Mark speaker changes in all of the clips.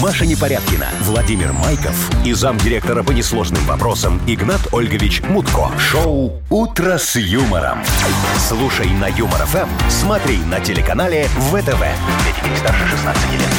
Speaker 1: Маша Непорядкина, Владимир Майков и замдиректора по несложным вопросам Игнат Ольгович Мутко. Шоу «Утро с юмором». Слушай на Юмор ФМ, смотри на телеканале ВТВ. Для детей старше 16 лет.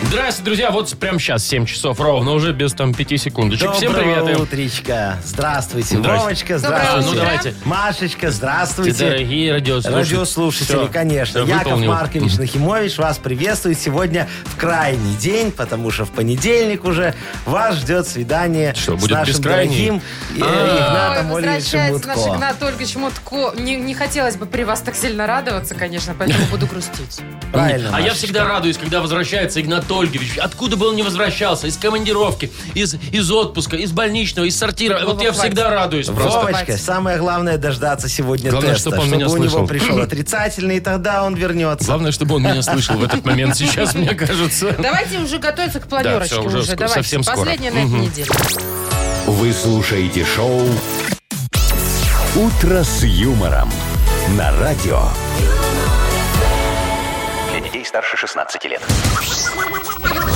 Speaker 2: Здравствуйте, друзья. Вот прямо сейчас 7 часов ровно, уже без там 5 секундочек. Всем
Speaker 3: Доброе
Speaker 2: привет. э, и-
Speaker 3: утречко. Здравствуйте.
Speaker 2: Здрасте.
Speaker 3: Вовочка,
Speaker 4: Доброе
Speaker 3: здравствуйте.
Speaker 2: утро. Ну, давайте.
Speaker 3: Машечка, здравствуйте.
Speaker 2: Дорогие радиослушатели.
Speaker 3: Радиослушатели,
Speaker 2: Всё,
Speaker 3: конечно.
Speaker 2: всё,
Speaker 3: Яков
Speaker 2: выполнил.
Speaker 3: Маркович Нахимович вас приветствует сегодня в крайний день, потому что в понедельник уже вас ждет свидание
Speaker 2: Что,
Speaker 3: с
Speaker 2: будет
Speaker 3: нашим
Speaker 2: бескрайний? А.
Speaker 3: дорогим э, Игнатом
Speaker 4: Ой,
Speaker 3: Ольевичем
Speaker 4: возвращается наш
Speaker 3: Мутко.
Speaker 4: Игнат Ольгович Мутко. Не, не хотелось бы при вас так сильно радоваться, конечно, поэтому буду грустить.
Speaker 3: Правильно,
Speaker 2: А я
Speaker 3: Машечка.
Speaker 2: всегда радуюсь, когда возвращается Игнат Ольгович. Откуда бы он не возвращался? Из командировки, из, из отпуска, из больничного, из сортира. Вот
Speaker 4: Было
Speaker 2: я
Speaker 4: хватит.
Speaker 2: всегда радуюсь просто.
Speaker 3: Вовочка, самое главное дождаться сегодня
Speaker 2: Главное,
Speaker 3: теста,
Speaker 2: чтоб он меня
Speaker 3: у
Speaker 2: слышал.
Speaker 3: него пришел отрицательный, и тогда он вернется.
Speaker 2: Главное, чтобы он меня слышал в этот момент сейчас, мне кажется.
Speaker 4: Давайте уже готовиться к планерочке
Speaker 2: Да, всё, уже
Speaker 4: уже.
Speaker 2: ск-
Speaker 4: Давайте.
Speaker 2: совсем скоро.
Speaker 4: Последняя на этой неделе.
Speaker 1: Вы слушаете шоу «Утро с юмором» на радио. Для детей старше 16 лет.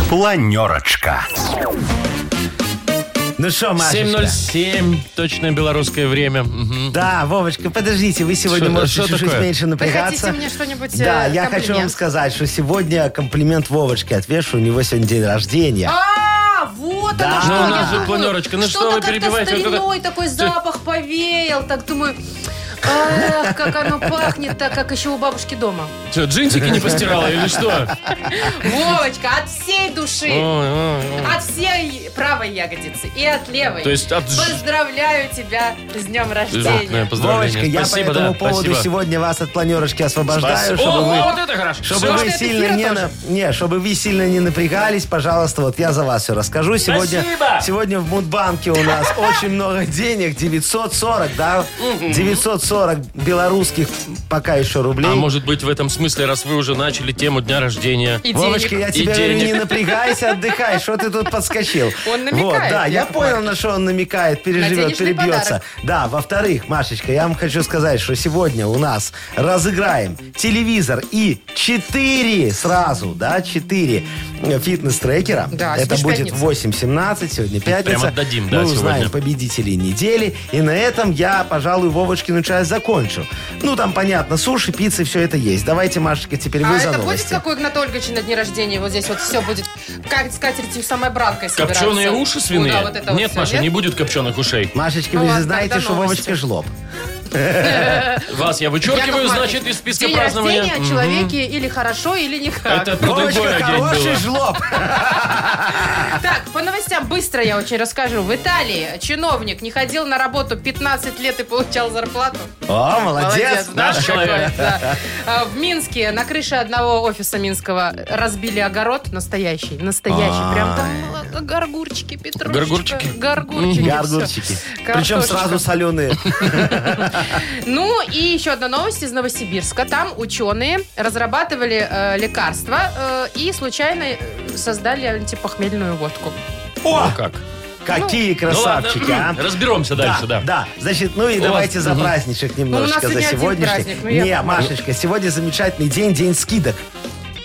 Speaker 1: Планерочка.
Speaker 3: Ну что, Машечка?
Speaker 2: 7.07, точное белорусское время. Мгм.
Speaker 3: Да, Вовочка, подождите, вы сегодня
Speaker 2: Что-
Speaker 3: можете
Speaker 2: что
Speaker 3: чуть-чуть
Speaker 2: такое?
Speaker 3: меньше напрягаться.
Speaker 4: хотите мне что-нибудь, э,
Speaker 3: Да, я хочу вам
Speaker 4: комплимент?
Speaker 3: сказать, что сегодня комплимент Вовочке отвешу, у него сегодня день рождения.
Speaker 4: А, вот
Speaker 3: Да.
Speaker 4: оно что,
Speaker 3: Ну, у нас
Speaker 4: я
Speaker 3: же
Speaker 4: думаю,
Speaker 2: планерочка, ну что вы
Speaker 4: как-то
Speaker 2: перебиваете, вот это-
Speaker 4: стариной такой запах повеял, так думаю... Ах, как оно пахнет, так как еще у бабушки дома.
Speaker 2: Что, джинсики не постирала или что?
Speaker 4: Вовочка, от всей
Speaker 2: Ой,
Speaker 4: души,
Speaker 2: ой, ой.
Speaker 4: от всей правой ягодицы и от левой.
Speaker 2: То есть от ж-
Speaker 4: Поздравляю тебя с днем
Speaker 2: животное
Speaker 4: рождения.
Speaker 2: поздравление.
Speaker 3: Вовочка, я по
Speaker 2: Спасибо,
Speaker 3: этому
Speaker 2: да,
Speaker 3: поводу
Speaker 2: спасибо.
Speaker 3: сегодня вас от планерочки освобождаю,
Speaker 2: Спас-
Speaker 3: чтобы
Speaker 2: О,
Speaker 3: вы...
Speaker 2: вот это хорошо.
Speaker 3: Чтобы
Speaker 2: Всё.
Speaker 3: вы
Speaker 4: Может, это
Speaker 3: сильно
Speaker 4: Кира
Speaker 3: не,
Speaker 4: тоже?
Speaker 3: на- не, чтобы вы сильно не напрягались, пожалуйста, вот я за вас все расскажу. Сегодня,
Speaker 2: Спасибо!
Speaker 3: сегодня в Мудбанке у нас очень много денег, 940, да? 940 белорусских пока еще рублей.
Speaker 2: А может быть в этом смысле, раз вы уже начали тему дня рождения.
Speaker 4: И
Speaker 3: Вовочка,
Speaker 4: денег.
Speaker 3: я
Speaker 2: И
Speaker 3: тебе говорю,
Speaker 2: денег.
Speaker 3: не напрягайся, отдыхай. Что ты тут подскочил?
Speaker 4: Он намекает,
Speaker 3: Вот, да, я
Speaker 4: Яков
Speaker 3: понял, на что он намекает, переживет,
Speaker 4: денежный
Speaker 3: перебьется.
Speaker 4: подарок.
Speaker 3: Да, во-вторых, Машечка, я вам хочу сказать, что сегодня у нас разыграем телевизор и 4 сразу, да, 4 фитнес-трекера.
Speaker 4: Да,
Speaker 3: Это
Speaker 4: сегодня
Speaker 3: будет
Speaker 4: пятница.
Speaker 3: 8.17, сегодня пятница.
Speaker 2: отдадим, да,
Speaker 3: Мы узнаем
Speaker 2: сегодня.
Speaker 3: победителей недели. И на этом я, пожалуй, Вовочкину часть закончу. Ну, там, понятно, суши, пиццы, все это есть. Давайте, Машечка, теперь вы
Speaker 4: А
Speaker 3: за
Speaker 4: это будет
Speaker 3: новости.
Speaker 4: какой Игнат Ольгович на дне рождения? Вот здесь вот все будет, как с катертью самой бранкой собираться.
Speaker 2: Копченые уши свиные?
Speaker 4: Ну да, вот это вот
Speaker 2: Нет,
Speaker 4: всё,
Speaker 2: Маша, не будет копченых ушей.
Speaker 3: Машечка,
Speaker 4: Ну
Speaker 3: вы же
Speaker 4: ладно,
Speaker 3: знаете,
Speaker 4: тогда
Speaker 3: что
Speaker 4: новости.
Speaker 3: Вовочка жлоб.
Speaker 2: Ну, Вас я вычеркиваю,
Speaker 4: Яков Маркович,
Speaker 2: значит, из списка
Speaker 4: день
Speaker 2: празднования.
Speaker 4: рождения о
Speaker 2: Мгм.
Speaker 4: человеке или хорошо, или никак.
Speaker 2: Это про другое
Speaker 3: Вовочка,
Speaker 2: день было.
Speaker 3: хороший жлоб.
Speaker 4: Так, по новостям быстро я очень расскажу. В Италии чиновник не ходил на работу 15 лет и получал зарплату.
Speaker 3: О, молодец.
Speaker 2: Наш
Speaker 4: да,
Speaker 2: человек.
Speaker 4: какой, да. А, В Минске на крыше одного офиса Минского разбили огород настоящий, настоящий. Прям там э, горгурчики, петрушечка.
Speaker 2: Горгурчики.
Speaker 4: Горгурчики.
Speaker 3: Горгурчики.
Speaker 4: Ну, всё.
Speaker 3: Причем
Speaker 4: Картошечка.
Speaker 3: сразу соленые.
Speaker 4: Ну и еще одна новость из Новосибирска. Там ученые разрабатывали э, лекарства э, и случайно э, создали антипохмельную водку.
Speaker 2: Ну
Speaker 3: О,
Speaker 2: как?
Speaker 3: какие
Speaker 2: Ну ладно,
Speaker 3: красавчики, а.
Speaker 2: разберемся дальше, да.
Speaker 3: Да, значит, ну и
Speaker 2: У
Speaker 3: давайте
Speaker 2: вас-
Speaker 3: за
Speaker 2: мгм.
Speaker 3: праздничек
Speaker 4: Ну,
Speaker 3: немножечко,
Speaker 4: у нас
Speaker 3: за
Speaker 4: сегодня один
Speaker 3: сегодняшний.
Speaker 4: праздник, ну, я
Speaker 3: Не,
Speaker 4: понимаю.
Speaker 3: Машечка, сегодня замечательный день, день скидок.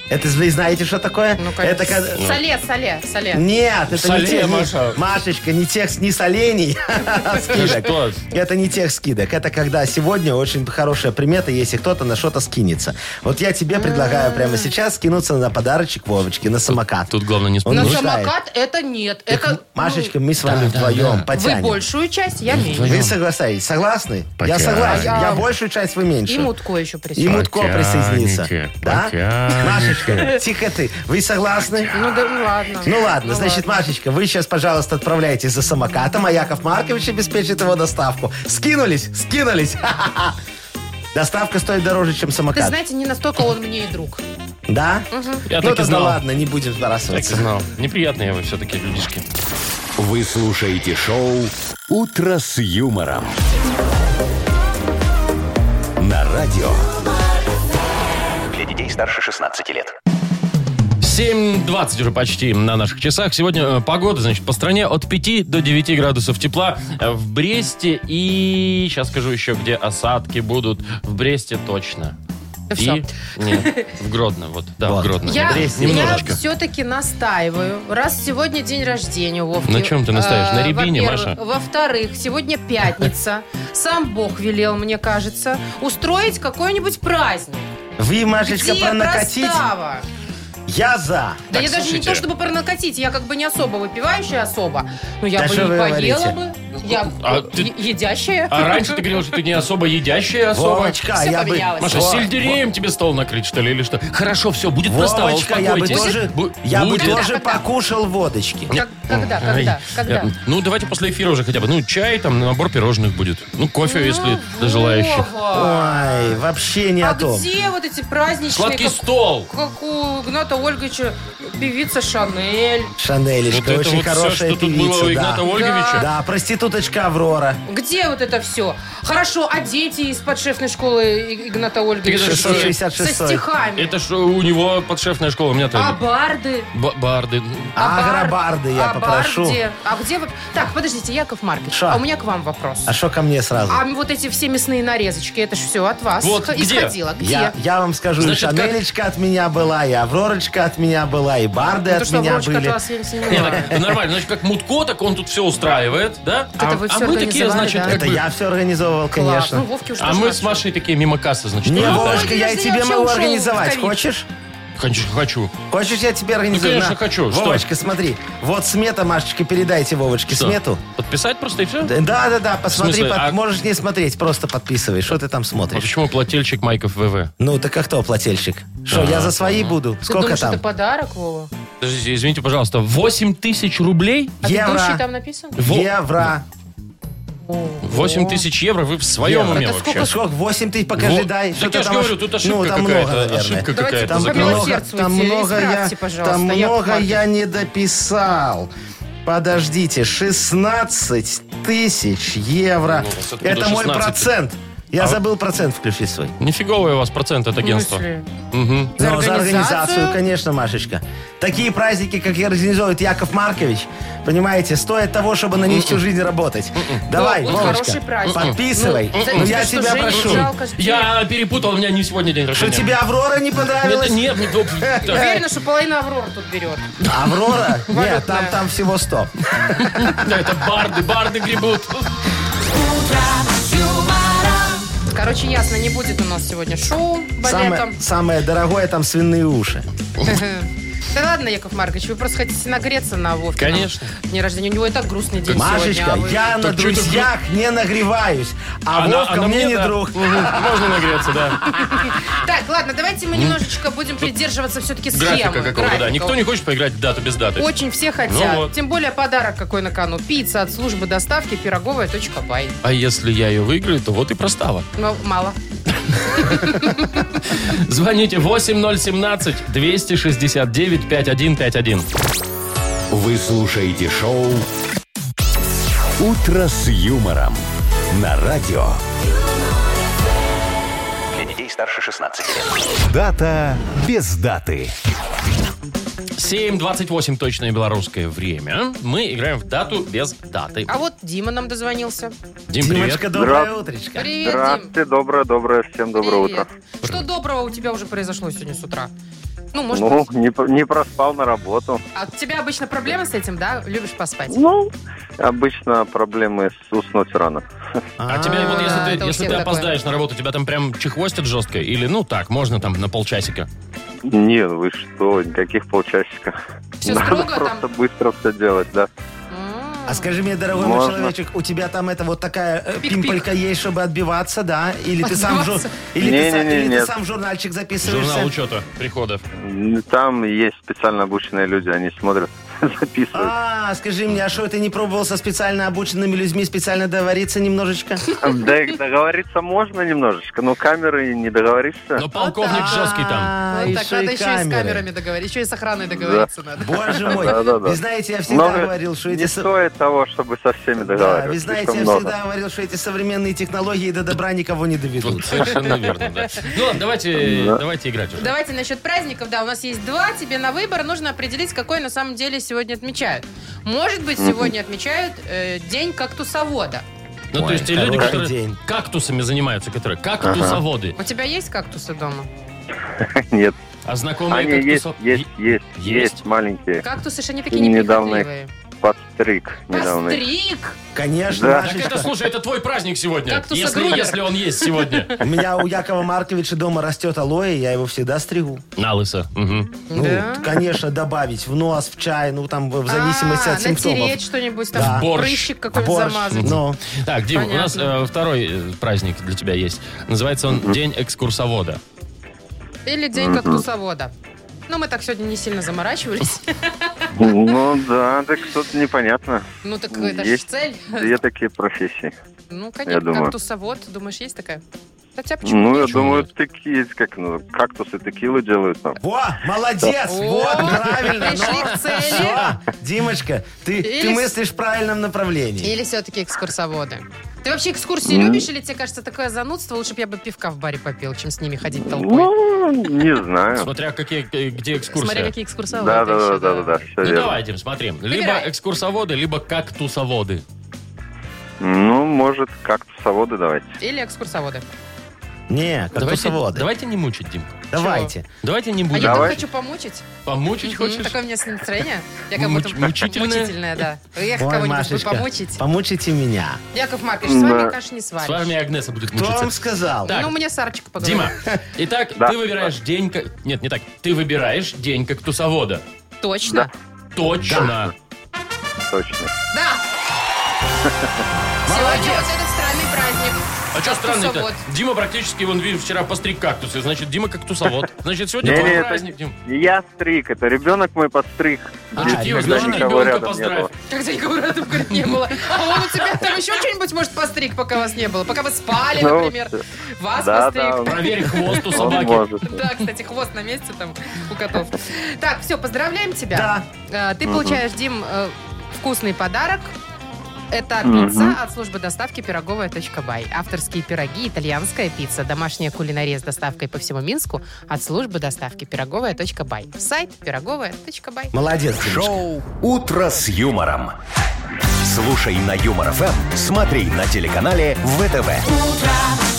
Speaker 3: Это вы знаете, что такое?
Speaker 4: Ну, конечно.
Speaker 3: Это когда-
Speaker 4: Соле, соле, соле.
Speaker 3: Нет, это
Speaker 2: Солей,
Speaker 3: не те, не-
Speaker 2: Маша.
Speaker 3: Машечка, не тех, не солений, а
Speaker 2: что?
Speaker 3: скидок. Это не тех скидок. Это когда сегодня очень хорошая примета, если кто-то на что-то скинется. Вот я тебе предлагаю прямо сейчас скинуться на подарочек Вовочке, на самокат.
Speaker 2: Тут главное не
Speaker 3: Он
Speaker 4: На
Speaker 2: спугнуть.
Speaker 3: мешает.
Speaker 4: самокат это нет.
Speaker 3: Так,
Speaker 4: это,
Speaker 3: Машечка, мы с вами вдвоем
Speaker 4: ну, вы
Speaker 3: потянем.
Speaker 4: большую часть, я меньше.
Speaker 3: Вы согласитесь? Согласны?
Speaker 2: Потянем.
Speaker 3: Я согласен.
Speaker 4: А я-
Speaker 3: Я большую часть, вы меньше.
Speaker 4: И мутко еще присел.
Speaker 3: И Мутко
Speaker 2: Потянете,
Speaker 3: присоединится. Да?
Speaker 2: потянете.
Speaker 3: Машечка, тихо ты. Вы согласны?
Speaker 4: Ну да, ну ладно.
Speaker 3: Ну ладно, значит,
Speaker 4: ладно.
Speaker 3: Машечка, вы сейчас, пожалуйста, отправляйтесь за самокатом, а Яков Маркович обеспечит его доставку. Скинулись, скинулись. Ха-ха-ха. Доставка стоит дороже, чем
Speaker 4: Ты
Speaker 3: самокат.
Speaker 4: знаете, не настолько он мне и друг.
Speaker 3: Да?
Speaker 2: Я
Speaker 3: ну
Speaker 2: так и
Speaker 3: тогда
Speaker 2: знал.
Speaker 3: ладно, не
Speaker 2: Так
Speaker 3: будем
Speaker 2: и
Speaker 3: сбрасываться.
Speaker 2: знал. Неприятные вы все-таки людишки.
Speaker 1: Вы слушаете шоу «Утро с юмором». На радио. Для детей старше 16 лет.
Speaker 2: 7.20 уже почти на наших часах. Сегодня э, погода, значит, по стране от 5 до 9 градусов тепла э, в Бресте. И сейчас скажу еще, где осадки будут. В Бресте точно.
Speaker 4: Да всё.
Speaker 2: И? Нет, в Гродно, вот. Да, в
Speaker 3: Вот.
Speaker 2: Гродно.
Speaker 4: Я,
Speaker 3: Андрей,
Speaker 4: я
Speaker 2: немножечко.
Speaker 4: все-таки настаиваю. Раз сегодня день рождения у Вовки.
Speaker 2: На чем ты настаиваешь? На
Speaker 4: э,
Speaker 2: рябине,
Speaker 4: во-первых.
Speaker 2: Маша?
Speaker 4: Во-вторых, сегодня пятница. Сам Бог велел, мне кажется, устроить какой-нибудь праздник.
Speaker 3: Вы, Машечка,
Speaker 4: Где
Speaker 3: пронакатить?
Speaker 4: простава?
Speaker 3: Я за.
Speaker 4: Да
Speaker 2: Так,
Speaker 4: я даже не
Speaker 2: слушайте.
Speaker 4: то, чтобы пронакатить, я как бы не особо выпивающая особа. Ну, я
Speaker 3: Да
Speaker 4: бы
Speaker 3: что вы
Speaker 4: и поела
Speaker 3: говорите?
Speaker 4: бы. Я
Speaker 2: А
Speaker 4: э,
Speaker 2: ты-
Speaker 4: е- едящая.
Speaker 2: А раньше ты говорил, что ты не особо едящая особо.
Speaker 3: Вовочка,
Speaker 4: Всё
Speaker 3: я бы...
Speaker 4: поменялось.
Speaker 2: Маша,
Speaker 3: Во-
Speaker 2: с сельдереем тебе стол накрыть, что ли, или что? Хорошо, все, будет простава,
Speaker 3: Вовочка, я бы
Speaker 2: успокойтесь.
Speaker 3: тоже,
Speaker 2: Бу-
Speaker 3: я бы
Speaker 2: будет.
Speaker 3: тоже
Speaker 4: Когда?
Speaker 3: покушал водочки.
Speaker 4: Как- когда, когда,
Speaker 2: Ай,
Speaker 4: когда?
Speaker 2: э, Ну, давайте после эфира уже хотя бы. Ну, чай, там, набор пирожных будет. Ну, кофе, если до желающих.
Speaker 4: Вова,
Speaker 3: Ой, вообще не
Speaker 4: а
Speaker 3: о том.
Speaker 4: где вот эти праздничные...
Speaker 2: Сладкий
Speaker 4: как-
Speaker 2: стол.
Speaker 4: Как у Игната Ольговича певица Шанель.
Speaker 3: Шанелечка,
Speaker 2: Вот это
Speaker 3: очень
Speaker 2: вот всё,
Speaker 3: хорошая
Speaker 2: что тут
Speaker 3: певица.
Speaker 2: было у
Speaker 3: да.
Speaker 2: Игната Ольговича?
Speaker 3: Да, проституточка Аврора.
Speaker 4: Где вот это все? Хорошо, а дети из подшефной школы И- Игната
Speaker 2: Так
Speaker 4: Ольговича?
Speaker 2: это что,
Speaker 4: Со
Speaker 3: 666.
Speaker 4: стихами.
Speaker 2: Это что, у него подшефная школа, у меня-то...
Speaker 4: А барды?
Speaker 2: Ба- барды.
Speaker 4: А бар-
Speaker 3: Агробарды я
Speaker 4: а
Speaker 3: попрошу.
Speaker 4: барде? А где вы... Так, подождите, Яков Маркович,
Speaker 3: Ша.
Speaker 4: а у меня к вам вопрос.
Speaker 3: А что ко мне сразу?
Speaker 4: А вот эти все мясные нарезочки, это же все от вас
Speaker 2: Вот где?
Speaker 4: исходило. Где?
Speaker 3: Я, я вам скажу,
Speaker 2: Значит,
Speaker 3: и
Speaker 2: как-
Speaker 3: Шанелечка от меня была, и Авророчка от меня была, и Барды
Speaker 4: Ну, то,
Speaker 3: от
Speaker 4: что
Speaker 3: меня
Speaker 4: обручка от
Speaker 3: были.
Speaker 4: вас я не
Speaker 2: Не,
Speaker 4: снимала.
Speaker 2: так, нормально, значит, как Мутко, так он тут все устраивает, да?
Speaker 4: А. Это
Speaker 2: а
Speaker 4: вы
Speaker 2: а
Speaker 4: всё
Speaker 2: мы такие,
Speaker 4: организовали,
Speaker 2: значит,
Speaker 4: да?
Speaker 2: как
Speaker 3: Это
Speaker 2: бы-
Speaker 3: я все организовал,
Speaker 4: Класс.
Speaker 3: конечно.
Speaker 4: Ну, Вовке уж
Speaker 2: А
Speaker 4: тоже
Speaker 2: мы
Speaker 4: надо.
Speaker 2: с Машей такие мимо кассы, значит,
Speaker 3: Не,
Speaker 2: пролетаем.
Speaker 3: Вовочка, я и
Speaker 4: День
Speaker 3: тебе
Speaker 4: рождения
Speaker 3: могу
Speaker 4: вообще ушел в
Speaker 3: организовать.
Speaker 4: ковид.
Speaker 3: Хочешь?
Speaker 2: Конечно, хочу.
Speaker 3: Хочешь, я тебе организую?
Speaker 2: Ну, конечно,
Speaker 3: На.
Speaker 2: хочу. Что?
Speaker 3: Вовочка, смотри. Вот смета, Машечка, передайте Вовочке
Speaker 2: Что,
Speaker 3: смету.
Speaker 2: Подписать просто и все?
Speaker 3: Да, да, да, посмотри,
Speaker 2: смысле,
Speaker 3: под-
Speaker 2: а-
Speaker 3: можешь не смотреть, просто подписывай. Что ты там
Speaker 2: А
Speaker 3: смотришь?
Speaker 2: почему плательщик Майков ВВ?
Speaker 3: Ну, так а кто плательщик? Что,
Speaker 2: А.
Speaker 3: я за свои буду?
Speaker 4: Ты
Speaker 3: Сколько
Speaker 4: думаешь, это
Speaker 3: там?
Speaker 4: подарок, Вова?
Speaker 2: Подождите, извините, пожалуйста, 8 тысяч рублей?
Speaker 4: А
Speaker 3: Евро.
Speaker 4: ведущий там написан?
Speaker 2: Во-
Speaker 3: Евро.
Speaker 4: О.
Speaker 2: 8 тысяч евро? Вы в своем
Speaker 3: Евро.
Speaker 2: уме
Speaker 4: Это
Speaker 2: вообще?
Speaker 4: сколько ж-
Speaker 3: Сколько? 8 тысяч, покажи,
Speaker 2: Во-
Speaker 3: дай.
Speaker 2: Так
Speaker 3: Что
Speaker 2: я
Speaker 3: ты
Speaker 2: ж
Speaker 3: там
Speaker 2: говорю,
Speaker 3: аж-
Speaker 2: тут ошибка
Speaker 3: Ну, там
Speaker 2: какая-то,
Speaker 3: много, наверное.
Speaker 2: ошибка
Speaker 4: Давайте
Speaker 2: какая-то
Speaker 4: там
Speaker 3: Там
Speaker 2: закрылась.
Speaker 4: помилосердствуйте,
Speaker 3: много, там много я,
Speaker 4: исправьте, пожалуйста,
Speaker 3: там
Speaker 4: Яков
Speaker 3: много
Speaker 4: Маркович.
Speaker 3: я не дописал. Подождите, 16 тысяч евро.
Speaker 2: Ну, откуда
Speaker 3: Это мой
Speaker 2: 16?
Speaker 3: процент. Я
Speaker 2: А-
Speaker 3: забыл процент включить свой.
Speaker 2: Нифиговый у вас процент
Speaker 4: Ну
Speaker 2: от агентства.
Speaker 4: Мысли.
Speaker 2: Мгм.
Speaker 4: За
Speaker 3: Ну, за
Speaker 4: организацию,
Speaker 3: организацию, конечно, Машечка. Такие праздники, как и организует Яков Маркович, понимаете, стоят того, чтобы на них
Speaker 2: М-м.
Speaker 3: всю жизнь работать. Давай,
Speaker 4: Ну, вот
Speaker 3: Вовочка,
Speaker 4: хороший праздник.
Speaker 3: подписывай.
Speaker 4: Ну,
Speaker 3: Ну, я
Speaker 4: за что
Speaker 3: тебя
Speaker 4: Жене
Speaker 3: прошу.
Speaker 4: жалко, что-
Speaker 2: Я перепутал, у меня не сегодня день
Speaker 3: Что
Speaker 2: рождения. Ну,
Speaker 3: тебе Аврора не
Speaker 2: Это
Speaker 3: понравилась?
Speaker 2: нет, не доп- так,
Speaker 4: Э, Уверена, что половина Аврора тут берет.
Speaker 3: Аврора? Нет, там,
Speaker 4: Валютная.
Speaker 3: там всего 100.
Speaker 2: да, это барды, барды гребут.
Speaker 4: Короче, ясно, не будет у нас сегодня шоу балетом.
Speaker 3: Самое, самое дорогое там свиные уши.
Speaker 4: Да ладно, Яков Маркович, вы просто хотите нагреться на Вовке.
Speaker 2: Конечно.
Speaker 4: День рождения. У него и так грустный день сегодня.
Speaker 3: Машечка,
Speaker 4: а вы-
Speaker 3: я на
Speaker 2: Так чё это
Speaker 3: друзьях не нагреваюсь, а
Speaker 2: Она-
Speaker 3: Вовка
Speaker 2: она
Speaker 3: мне не
Speaker 2: да.
Speaker 3: друг.
Speaker 2: Мгм. Можно нагреться, да.
Speaker 4: Так, ладно, давайте
Speaker 3: Ну.
Speaker 4: мы немножечко будем придерживаться все-таки схемы.
Speaker 2: Графика какого-то, да.
Speaker 4: графика.
Speaker 2: Никто не хочет поиграть в дату без даты.
Speaker 4: Очень все хотят.
Speaker 2: Ну вот.
Speaker 4: Тем более подарок какой на кону. Пицца от службы доставки пироговая.бай.
Speaker 2: А если я ее выиграю, то вот и простава.
Speaker 4: Но мало.
Speaker 2: Звоните 8017-269-5151.
Speaker 1: Вы слушаете шоу «Утро с юмором» на радио. Для детей старше 16 лет. Дата без даты.
Speaker 2: 7.28 точное белорусское время. Мы играем в дату без даты.
Speaker 4: А вот Дима нам дозвонился.
Speaker 2: Дим, привет.
Speaker 3: Димочка, доброе
Speaker 5: Здра-
Speaker 3: утречко.
Speaker 4: Привет, Дим.
Speaker 5: Здравствуйте, доброе, доброе, всем доброе
Speaker 4: Привет.
Speaker 5: утро.
Speaker 4: Что доброго у тебя уже произошло сегодня с утра? Ну, может,
Speaker 5: ну, не, п- не проспал на работу.
Speaker 4: а у тебя обычно проблемы с этим, да? Любишь поспать?
Speaker 5: Ну, обычно проблемы с уснуть рано.
Speaker 2: А тебя, вот,
Speaker 4: да,
Speaker 2: если
Speaker 4: это
Speaker 2: ты,
Speaker 4: у
Speaker 2: если
Speaker 4: всех
Speaker 2: ты
Speaker 4: такое.
Speaker 2: опоздаешь на работу, тебя там прям чехвостят жестко? Или, ну, так, можно там на полчасика?
Speaker 5: Нет, вы что, никаких полчасика.
Speaker 4: Все
Speaker 5: Надо
Speaker 4: строго
Speaker 5: просто
Speaker 4: там?
Speaker 5: быстро все делать, да.
Speaker 4: М.
Speaker 3: А скажи мне, дорогой мой
Speaker 5: Можно.
Speaker 3: человечек, у тебя там это вот такая э,
Speaker 4: Пик-пик.
Speaker 3: пимпелька есть, чтобы отбиваться, да? Или ты сам в жур-
Speaker 4: Отбиваться?
Speaker 3: или ты сам-
Speaker 5: Не-не-не,
Speaker 3: или ты
Speaker 5: нет.
Speaker 3: сам в журнальчик записываешься?
Speaker 2: Журнал учета приходов.
Speaker 5: Там есть специально обученные люди, они смотрят, записывают.
Speaker 3: А, скажи мне, а что ты не пробовал со специально обученными людьми специально договориться немножечко?
Speaker 5: Да и договориться можно немножечко, но камеры не договоришься.
Speaker 2: Но полковник жесткий там.
Speaker 3: А,
Speaker 4: Вот
Speaker 3: и
Speaker 4: так
Speaker 3: шо и
Speaker 4: надо еще и с
Speaker 3: камеры.
Speaker 4: камерами договориться, еще и с охраной договориться надо.
Speaker 3: Боже мой,
Speaker 5: Да-да-да.
Speaker 3: вы знаете, я всегда
Speaker 5: Много
Speaker 3: говорил, что эти...
Speaker 5: не
Speaker 3: со-
Speaker 5: стоит того, чтобы со всеми
Speaker 3: Да,
Speaker 5: договариваться.
Speaker 3: вы знаете,
Speaker 5: слишком
Speaker 3: я
Speaker 5: много.
Speaker 3: всегда говорил, что эти современные технологии до добра никого не доведут.
Speaker 2: Вот, совершенно верно, да. Ну ладно, давайте,
Speaker 5: Да.
Speaker 2: давайте играть уже.
Speaker 4: Давайте насчет праздников. Да, у нас есть два тебе на выбор. Нужно определить, какой на самом деле сегодня отмечают. Может быть, сегодня отмечают э, День кактусовода.
Speaker 2: Ну, то
Speaker 3: Ой,
Speaker 2: есть те люди,
Speaker 3: хороший
Speaker 2: которые
Speaker 3: день.
Speaker 2: кактусами занимаются, которые кактусоводы.
Speaker 4: У тебя есть кактусы дома?
Speaker 5: Нет.
Speaker 2: А знакомые
Speaker 5: Они есть,
Speaker 2: кактусов-
Speaker 5: есть, есть,
Speaker 2: Есть?
Speaker 5: есть маленькие.
Speaker 4: Кактусы, они такие
Speaker 5: И недавно их
Speaker 4: неприхотливые.
Speaker 5: Подстриг недавно.
Speaker 4: Постриг!
Speaker 3: Конечно,
Speaker 5: Да.
Speaker 2: Так
Speaker 3: Машечка.
Speaker 2: это, слушай, это твой праздник сегодня.
Speaker 4: Кактуса
Speaker 2: Если, ну,
Speaker 4: грудь.
Speaker 2: если он есть сегодня.
Speaker 3: У меня у Якова Марковича дома растет алоэ, я его всегда стригу.
Speaker 2: На лысо. Мгм.
Speaker 3: Ну,
Speaker 4: Да.
Speaker 3: конечно, добавить в нос, в чай, ну там в зависимости
Speaker 4: А,
Speaker 3: от симптомов.
Speaker 4: Натереть что-нибудь,
Speaker 3: Да.
Speaker 4: там
Speaker 2: Борщ.
Speaker 4: прыщик какой-нибудь
Speaker 3: Борщ,
Speaker 4: замазать.
Speaker 3: ну,
Speaker 2: Так, Дим, у нас
Speaker 4: Понятно.
Speaker 2: э, второй э, праздник для тебя есть. Называется он День экскурсовода.
Speaker 4: Или день кактусовода. Ну, мы так сегодня не сильно заморачивались.
Speaker 5: Ну да, так что-то непонятно.
Speaker 4: Ну, так это же
Speaker 5: Есть.
Speaker 4: цель.
Speaker 5: Две такие профессии.
Speaker 4: Ну,
Speaker 5: Я
Speaker 4: конечно,
Speaker 5: думаю.
Speaker 4: кактусовод. Думаешь, есть такая? Хотя почему?
Speaker 5: Ну, я
Speaker 2: Почему
Speaker 5: думаю,
Speaker 2: нет?
Speaker 5: такие, как, ну, кактусы текилу делают там.
Speaker 3: Во, молодец,
Speaker 4: О,
Speaker 3: вот, правильно.
Speaker 4: пришли
Speaker 3: ну,
Speaker 4: к цели.
Speaker 3: всё, Димочка, ты,
Speaker 4: Или
Speaker 3: ты
Speaker 4: с-
Speaker 3: мыслишь в правильном направлении.
Speaker 4: Или все-таки экскурсоводы? Ты вообще экскурсии
Speaker 5: Ну.
Speaker 4: любишь, или тебе кажется такое занудство? Лучше бы я бы пивка в баре попил, чем с ними ходить толпой.
Speaker 5: Ну, не знаю.
Speaker 2: Смотря какие, э, где экскурсии.
Speaker 4: Смотри, какие экскурсоводы.
Speaker 5: Да, да, да,
Speaker 4: еще,
Speaker 5: да, да, да, все
Speaker 2: Ну
Speaker 5: верно.
Speaker 2: давай, Дим, смотри. Либо
Speaker 4: Выбирай.
Speaker 2: экскурсоводы, либо кактусоводы.
Speaker 5: Ну, может, кактусоводы давайте.
Speaker 4: Или экскурсоводы.
Speaker 3: Не,
Speaker 2: Давайте,
Speaker 3: кактусоводы.
Speaker 2: давайте не мучить, Дим.
Speaker 3: Давайте.
Speaker 2: Давайте не
Speaker 4: А
Speaker 2: будем.
Speaker 4: я так
Speaker 5: Давай.
Speaker 4: хочу помучить.
Speaker 2: Помучить
Speaker 4: Мгм,
Speaker 2: хочешь?
Speaker 4: Такое у меня с- настроение. Я как будто
Speaker 2: Муч- мучительное?
Speaker 4: мучительное, да. Эх,
Speaker 3: Ой,
Speaker 4: кого-нибудь бы
Speaker 3: Машечка,
Speaker 4: помучить.
Speaker 3: помучите меня.
Speaker 4: Яков Маркович, с вами,
Speaker 5: Да.
Speaker 4: конечно, не
Speaker 2: С вами
Speaker 4: свалишь.
Speaker 2: Агнеса будет
Speaker 3: Кто вам
Speaker 2: мучиться.
Speaker 3: сказал?
Speaker 2: Так.
Speaker 4: Ну, мне Сарочка поговорила.
Speaker 2: Дима, итак,
Speaker 5: Да.
Speaker 2: ты выбираешь день... ка- Нет, не так. Ты выбираешь день кактусовода.
Speaker 4: Точно?
Speaker 2: Точно.
Speaker 5: Точно.
Speaker 4: Да. Сегодня вот этот странный праздник.
Speaker 2: А что странно-то?
Speaker 4: Кактусовод.
Speaker 2: Дима практически, вон, видишь, вчера постриг кактусы. Значит, Дима кактусовод. Значит, сегодня
Speaker 5: Не-не,
Speaker 2: твой
Speaker 5: это-
Speaker 2: праздник, Дим.
Speaker 5: Не я стриг, это ребенок мой подстриг.
Speaker 2: А
Speaker 5: Здесь
Speaker 2: чё ты его
Speaker 5: никогда
Speaker 2: знаешь?
Speaker 5: никого
Speaker 2: Ребенка
Speaker 5: рядом не
Speaker 2: поздравь.
Speaker 5: было.
Speaker 4: Когда никого рядом, говорит, не было. А он у тебя там еще что-нибудь, может, постриг, пока вас не было. Пока вы спали,
Speaker 5: Ну,
Speaker 4: например.
Speaker 5: вот,
Speaker 4: Вас
Speaker 5: да,
Speaker 4: постриг.
Speaker 5: да, он-
Speaker 2: Проверь хвост у
Speaker 5: Он
Speaker 2: собаки.
Speaker 5: может.
Speaker 4: Да, кстати, хвост на месте там у котов. Так, все, поздравляем тебя.
Speaker 3: Да.
Speaker 4: Э, Ты получаешь, Дим, э, вкусный подарок. Это
Speaker 5: Мгм.
Speaker 4: пицца от службы доставки пироговая.бай. Авторские пироги, итальянская пицца, домашняя кулинария с доставкой по всему Минску от службы доставки пироговая.бай. Сайт пироговая.бай.
Speaker 2: Ну.
Speaker 3: Молодец, Димочка.
Speaker 1: Шоу «Утро с юмором». Слушай на Юмор ФМ, смотри на телеканале ВТВ.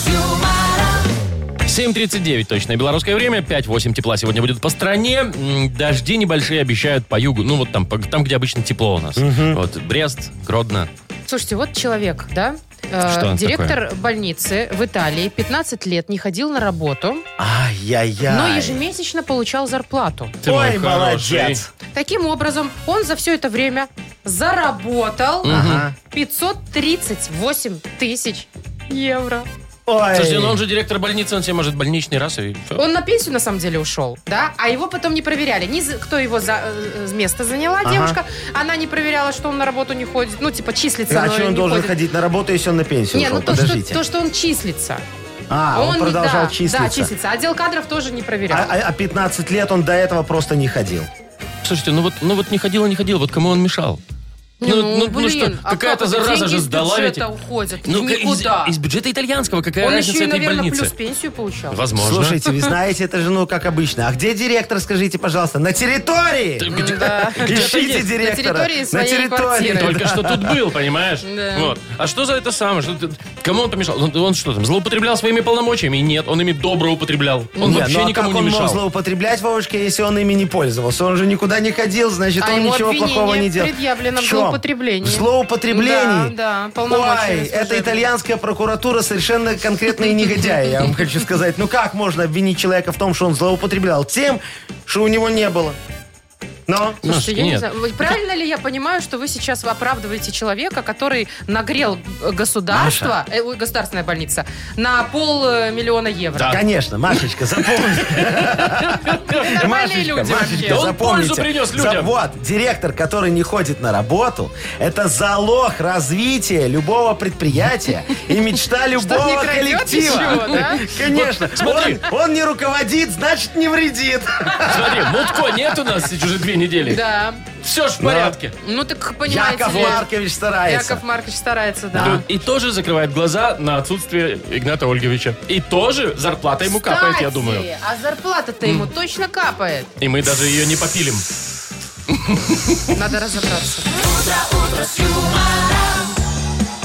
Speaker 2: 7.39 точное белорусское время, 5.8 тепла сегодня будет по стране. М, Дожди небольшие обещают по югу. Ну, вот там, по- там где обычно тепло у нас. Вот Брест, Гродно.
Speaker 4: Слушайте, вот человек, да? э,
Speaker 2: Что он
Speaker 4: директор больницы в Италии 15 лет не ходил на работу,
Speaker 3: Ай-яй-яй.
Speaker 4: но ежемесячно получал зарплату.
Speaker 2: Ты мой
Speaker 3: Ой,
Speaker 2: хороший.
Speaker 3: молодец.
Speaker 4: Таким образом, он за все это время заработал
Speaker 3: Ага.
Speaker 4: 538 тысяч евро.
Speaker 3: Ой.
Speaker 2: Слушайте, ну он же директор больницы, он себе может больничный раз и все.
Speaker 4: Он на пенсию на самом деле ушел, да? А его потом не проверяли. Ни за- кто его за э, э, место заняла,
Speaker 3: Ага.
Speaker 4: девушка. Она не проверяла, что он на работу не ходит. Ну, типа, числится,
Speaker 3: А
Speaker 4: но
Speaker 3: что он
Speaker 4: не
Speaker 3: должен
Speaker 4: ходит.
Speaker 3: ходить на работу, если он на пенсию
Speaker 4: Не,
Speaker 3: ушел?
Speaker 4: ну то что,
Speaker 3: Подождите.
Speaker 4: то, что он числится.
Speaker 3: А, он,
Speaker 4: не-
Speaker 3: продолжал
Speaker 4: да,
Speaker 3: числиться.
Speaker 4: Да, числится. Отдел кадров тоже не проверял.
Speaker 3: А, а- а 15 лет он до этого просто не ходил.
Speaker 2: Слушайте, ну вот, ну вот не ходил, и не ходил, вот кому он мешал?
Speaker 4: Не,
Speaker 2: ну, ну, ну что,
Speaker 4: а
Speaker 2: какая-то
Speaker 4: как это?
Speaker 2: зараза
Speaker 4: Деньги
Speaker 2: же
Speaker 4: из
Speaker 2: сдала ведь.
Speaker 4: бюджета уходят.
Speaker 2: Ну, ка- из,
Speaker 4: Никуда.
Speaker 2: из бюджета итальянского какая
Speaker 4: Он
Speaker 2: разница
Speaker 4: еще и,
Speaker 2: этой
Speaker 4: наверное,
Speaker 2: больницы?
Speaker 4: плюс пенсию получал.
Speaker 2: Возможно.
Speaker 3: Слушайте, вы знаете, это же, ну, как обычно. А где директор, скажите, пожалуйста? На территории!
Speaker 2: Ты где-
Speaker 3: Ищите
Speaker 4: есть. На
Speaker 3: директора.
Speaker 4: территории своей квартиры.
Speaker 2: Только что тут был, понимаешь?
Speaker 4: Да.
Speaker 2: Вот. А что за это самое? Что ты- Кому он помешал? Он, он что там, злоупотреблял своими полномочиями? Нет, он ими добро употреблял. Он
Speaker 3: Не,
Speaker 2: вообще
Speaker 3: ну, а
Speaker 2: никому
Speaker 3: как
Speaker 2: не
Speaker 3: он мог
Speaker 2: мешал.
Speaker 3: злоупотреблять, Вовочка, если он ими не пользовался? Он же никуда не ходил, значит,
Speaker 4: А
Speaker 3: он
Speaker 4: ему
Speaker 3: ничего
Speaker 4: обвинение
Speaker 3: плохого не делал.
Speaker 4: предъявлено в
Speaker 3: чем?
Speaker 4: злоупотреблении.
Speaker 3: В злоупотреблении?
Speaker 4: Да, да, полномочия
Speaker 3: Ой,
Speaker 4: служебные.
Speaker 3: это итальянская прокуратура совершенно конкретные негодяи, я вам хочу сказать. Ну как можно обвинить человека в том, что он злоупотреблял тем, что у него не было? Но...
Speaker 4: Слушайте, я не
Speaker 2: Нет.
Speaker 4: знаю, вот правильно ли я понимаю, что вы сейчас оправдываете человека, который нагрел э, государство, э, ой, государственная больница, на полмиллиона евро?
Speaker 2: Да.
Speaker 3: Конечно, Машечка, запомни.
Speaker 4: Это нормальные
Speaker 3: Машечка,
Speaker 4: люди
Speaker 3: Машечка,
Speaker 4: вообще.
Speaker 2: Он
Speaker 3: запомните.
Speaker 2: пользу принес
Speaker 3: За-
Speaker 2: людям.
Speaker 3: Вот, директор, который не ходит на работу, это залог развития любого предприятия и мечта
Speaker 4: не
Speaker 3: любого
Speaker 4: крадет ничего, да?
Speaker 3: коллектива. Конечно.
Speaker 2: смотри.
Speaker 3: Он он не руководит, значит не вредит.
Speaker 2: Смотри, Мутко нет у нас уже две недели.
Speaker 4: Да.
Speaker 2: Все ж в порядке.
Speaker 4: Ну так понимаете
Speaker 3: Яков
Speaker 4: ли,
Speaker 3: Маркович старается.
Speaker 4: Яков Маркович старается,
Speaker 2: Тут
Speaker 4: да.
Speaker 2: И тоже закрывает глаза на отсутствие Игната Ольговича. И тоже зарплата ему капает, я
Speaker 4: Кстати,
Speaker 2: думаю.
Speaker 4: А зарплата-то ему точно капает.
Speaker 2: И мы даже ее не попилим.
Speaker 4: Надо разобраться.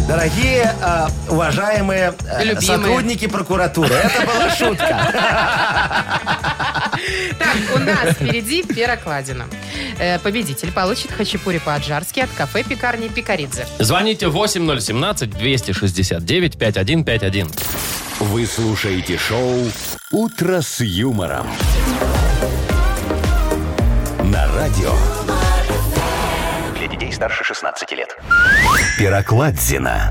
Speaker 3: Дорогие, э, уважаемые э,
Speaker 4: Любимые.
Speaker 3: сотрудники прокуратуры, это была шутка.
Speaker 4: Так, у нас впереди перокладина. Э, Победитель получит хачапури по-аджарски от кафе-пекарни Пикаридзе.
Speaker 2: Звоните 8017-269-5151.
Speaker 1: Вы слушаете шоу «Утро с юмором». На радио.
Speaker 6: Для детей старше 16 лет.
Speaker 1: Пирокладзина.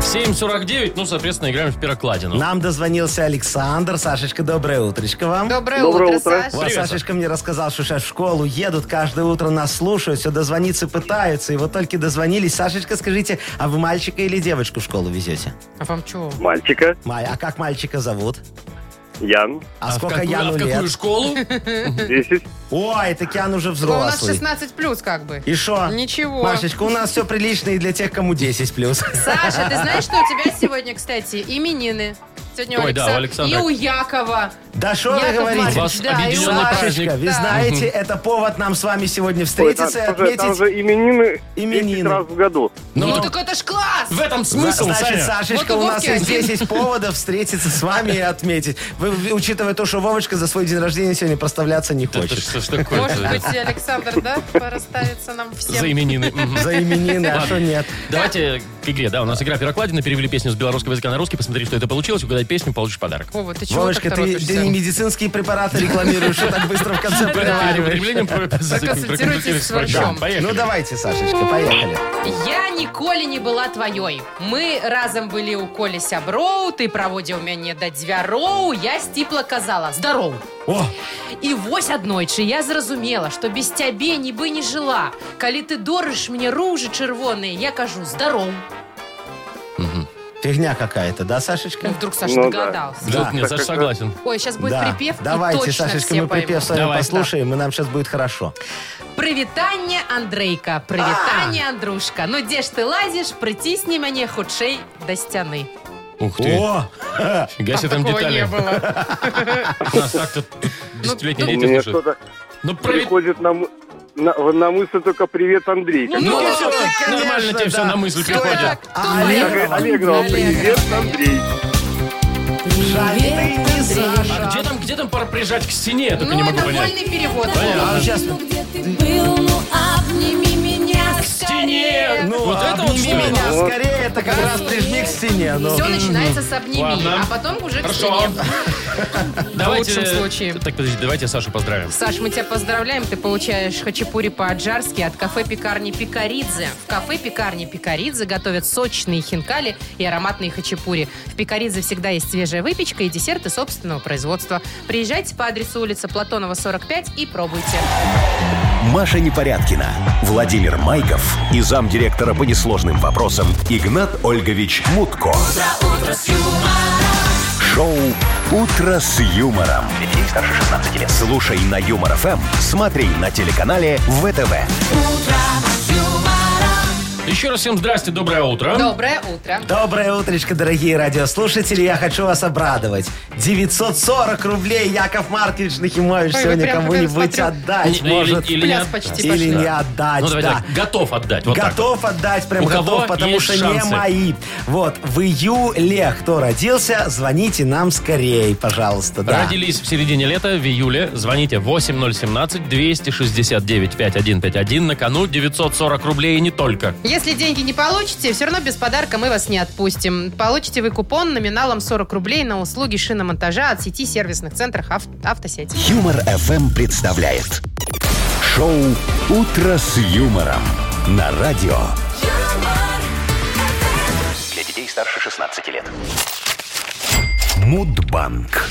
Speaker 2: 7.49, ну, соответственно, играем в перокладину.
Speaker 3: Нам дозвонился Александр. Сашечка, доброе утречко вам.
Speaker 4: Доброе,
Speaker 5: Доброе
Speaker 4: утро,
Speaker 5: утро.
Speaker 4: Саш.
Speaker 3: Вот
Speaker 2: Привет, Саш.
Speaker 3: Сашечка мне рассказал, что сейчас в школу едут, каждое утро нас слушают, все дозвониться пытаются, и вот только дозвонились. Сашечка, скажите, а вы мальчика или девочку в школу везете?
Speaker 4: А вам что?
Speaker 5: Мальчика,
Speaker 3: Май, а как мальчика зовут?
Speaker 5: Ян,
Speaker 3: А,
Speaker 2: в
Speaker 3: сколько
Speaker 2: какую- а
Speaker 3: Яну
Speaker 2: в
Speaker 3: лет?
Speaker 2: какую школу?
Speaker 5: 10.
Speaker 3: Ой, так Ян уже
Speaker 4: Ну, у нас
Speaker 3: взрослый.
Speaker 4: 16 плюс как бы.
Speaker 3: И шо?
Speaker 4: Ничего.
Speaker 3: Машечка, у нас все прилично и для тех, кому 10 плюс.
Speaker 4: Саша, ты знаешь, что у тебя сегодня, кстати, именины? Сегодня у,
Speaker 2: Ой, да, у
Speaker 4: И
Speaker 2: Александра.
Speaker 4: у Якова.
Speaker 3: Да что вы
Speaker 4: Яков
Speaker 3: говорите?
Speaker 2: Вас
Speaker 4: Маркович, да, и у
Speaker 2: объединенный
Speaker 4: Саши.
Speaker 2: праздник.
Speaker 3: Сашечка, вы
Speaker 4: Да.
Speaker 3: знаете, это повод нам с вами сегодня встретиться и
Speaker 5: там, же, там
Speaker 3: отметить...
Speaker 5: же именины,
Speaker 3: именины.
Speaker 5: 10 раз в году.
Speaker 4: Ну,
Speaker 2: Ну,
Speaker 4: так это ж класс!
Speaker 2: в этом
Speaker 3: За-
Speaker 2: смысл,
Speaker 3: Значит,
Speaker 2: Саня.
Speaker 3: Сашечка,
Speaker 4: Вот и
Speaker 3: у нас
Speaker 4: Вовке
Speaker 3: есть
Speaker 4: один.
Speaker 3: 10 поводов встретиться с вами и отметить. Вы, вы- учитывая то, что Вовочка за свой день рождения сегодня проставляться не
Speaker 2: Это
Speaker 3: хочет.
Speaker 2: что ж такое?
Speaker 4: Может быть, Александр, да, расставится нам
Speaker 2: За
Speaker 4: всем.
Speaker 2: именины. Мгм.
Speaker 3: За именины, а
Speaker 2: Ладно.
Speaker 3: что нет?
Speaker 2: Давайте к игре. Да, у нас игра «Пирокладина». Перевели песню с белорусского языка на русский. Посмотри, что это получилось. Угадай песню, получишь подарок.
Speaker 4: Вова, ты чего
Speaker 3: Вовочка,
Speaker 4: так
Speaker 3: ты,
Speaker 4: торопишься?
Speaker 3: ты не медицинские препараты рекламируешь, что так быстро в конце проговариваешь.
Speaker 4: Проконсультируйтесь с врачом.
Speaker 2: Поехали.
Speaker 3: Ну давайте, Сашечка, поехали.
Speaker 4: Я ніколі не была твоей. Мы разом были у Коли сяброў, ты праводзіў мяне да дзвяроў, я сціпла казала здароў.
Speaker 3: О,
Speaker 4: І вось аднойчы я зразумела, што без цябе нібы не жыла. Калі ты дорыш мне ружы чырвоныя, я кажу здароў.
Speaker 3: фигня какая-то, да, Сашечка?
Speaker 4: Ну, вдруг Саша
Speaker 5: Ну да.
Speaker 4: догадался.
Speaker 2: Да,
Speaker 3: Да.
Speaker 2: Нет, Саша согласен.
Speaker 4: Ой, сейчас будет
Speaker 3: Да.
Speaker 4: припев, и
Speaker 3: Давайте,
Speaker 4: точно
Speaker 3: Сашечка,
Speaker 4: все
Speaker 3: мы припев с вами
Speaker 2: Давайте.
Speaker 3: послушаем, и нам сейчас будет хорошо.
Speaker 4: Прывітанне Андрейка, прывітанне Андрушка. Ну дзе ж ты лазіш, прыцісні мяне хутчэй да сцяны.
Speaker 2: Ух ты.
Speaker 3: О,
Speaker 2: Фига себе там
Speaker 4: такого не
Speaker 2: детали.
Speaker 4: было.
Speaker 2: У нас так-то тут
Speaker 5: У
Speaker 2: десятилетние дети
Speaker 5: меня
Speaker 2: слушают.
Speaker 5: что-то
Speaker 2: Ну, прови-
Speaker 5: приходит на, мы- на, на мысль только «Привет, Андрей».
Speaker 4: Ну,
Speaker 2: Ну,
Speaker 4: да,
Speaker 2: всё,
Speaker 3: конечно,
Speaker 2: нормально тебе
Speaker 3: да.
Speaker 2: все на мысль
Speaker 4: Кто это?
Speaker 2: приходит.
Speaker 4: Кто
Speaker 3: А,
Speaker 4: поет?
Speaker 5: Как Аллегрова, «Привет, Андрей».
Speaker 3: жаль, ты не Саша.
Speaker 2: А где там, где там пора прижать к стене? Я только не
Speaker 4: Ну,
Speaker 2: могу
Speaker 4: это
Speaker 2: понять.
Speaker 4: вольный перевод.
Speaker 2: Понятно.
Speaker 3: А сейчас...
Speaker 7: Где ты был, ну обними меня
Speaker 2: К стене!
Speaker 3: Ну,
Speaker 2: вот это вот
Speaker 3: обними
Speaker 2: что?
Speaker 3: меня
Speaker 5: Вот.
Speaker 3: скорее, это как раз прижми к стене. Ну.
Speaker 4: Все начинается с обними,
Speaker 2: Ладно.
Speaker 4: а потом уже к
Speaker 2: Хорошо.
Speaker 4: стене.
Speaker 2: Давайте...
Speaker 4: В лучшем случае.
Speaker 2: Так, подожди, давайте Сашу поздравим.
Speaker 4: Саш, мы тебя поздравляем. Ты получаешь хачапури по-аджарски от кафе-пекарни Пикаридзе. В кафе-пекарни Пикаридзе готовят сочные хинкали и ароматные хачапури. В Пикаридзе всегда есть свежая выпечка и десерты собственного производства. Приезжайте по адресу улица Платонова, 45 и пробуйте.
Speaker 1: Маша Непорядкина, Владимир Майков и замдиректора по несложным вопросам Игнат Ольгович Мутко. Шоу Утро с юмором. Детей старше 16 лет. Слушай на юмор ФМ, смотри на телеканале ВТВ.
Speaker 2: Еще раз всем здрасте, доброе утро.
Speaker 4: Доброе утро.
Speaker 3: Доброе утречко, дорогие радиослушатели. Я хочу вас обрадовать. 940 рублей Яков Маркович Нахимович
Speaker 4: Ой,
Speaker 3: сегодня
Speaker 4: прям
Speaker 3: кому-нибудь
Speaker 4: смотрю.
Speaker 3: отдать
Speaker 2: Или-
Speaker 3: может.
Speaker 2: или-
Speaker 3: Или,
Speaker 2: не
Speaker 4: Пляс
Speaker 2: отдать.
Speaker 4: почти пошли.
Speaker 3: не отдать,
Speaker 2: Ну, давайте
Speaker 3: да.
Speaker 2: так, готов отдать. Вот так.
Speaker 3: готов отдать, прям
Speaker 2: У кого
Speaker 3: готов, потому
Speaker 2: есть
Speaker 3: что
Speaker 2: шансы?
Speaker 3: не мои. Вот, в июле, кто родился, звоните нам скорее, пожалуйста. Да.
Speaker 2: Родились в середине лета, в июле. Звоните 8017-269-5151. На кону 940 рублей и не только.
Speaker 4: Если деньги не получите, все равно без подарка мы вас не отпустим. Получите вы купон номиналом 40 рублей на услуги шиномонтажа от сети сервисных центров ав- автосети.
Speaker 1: Юмор ФМ представляет шоу Утро с юмором на радио.
Speaker 7: юмор,
Speaker 6: Для детей старше 16 лет.
Speaker 1: Мудбанк.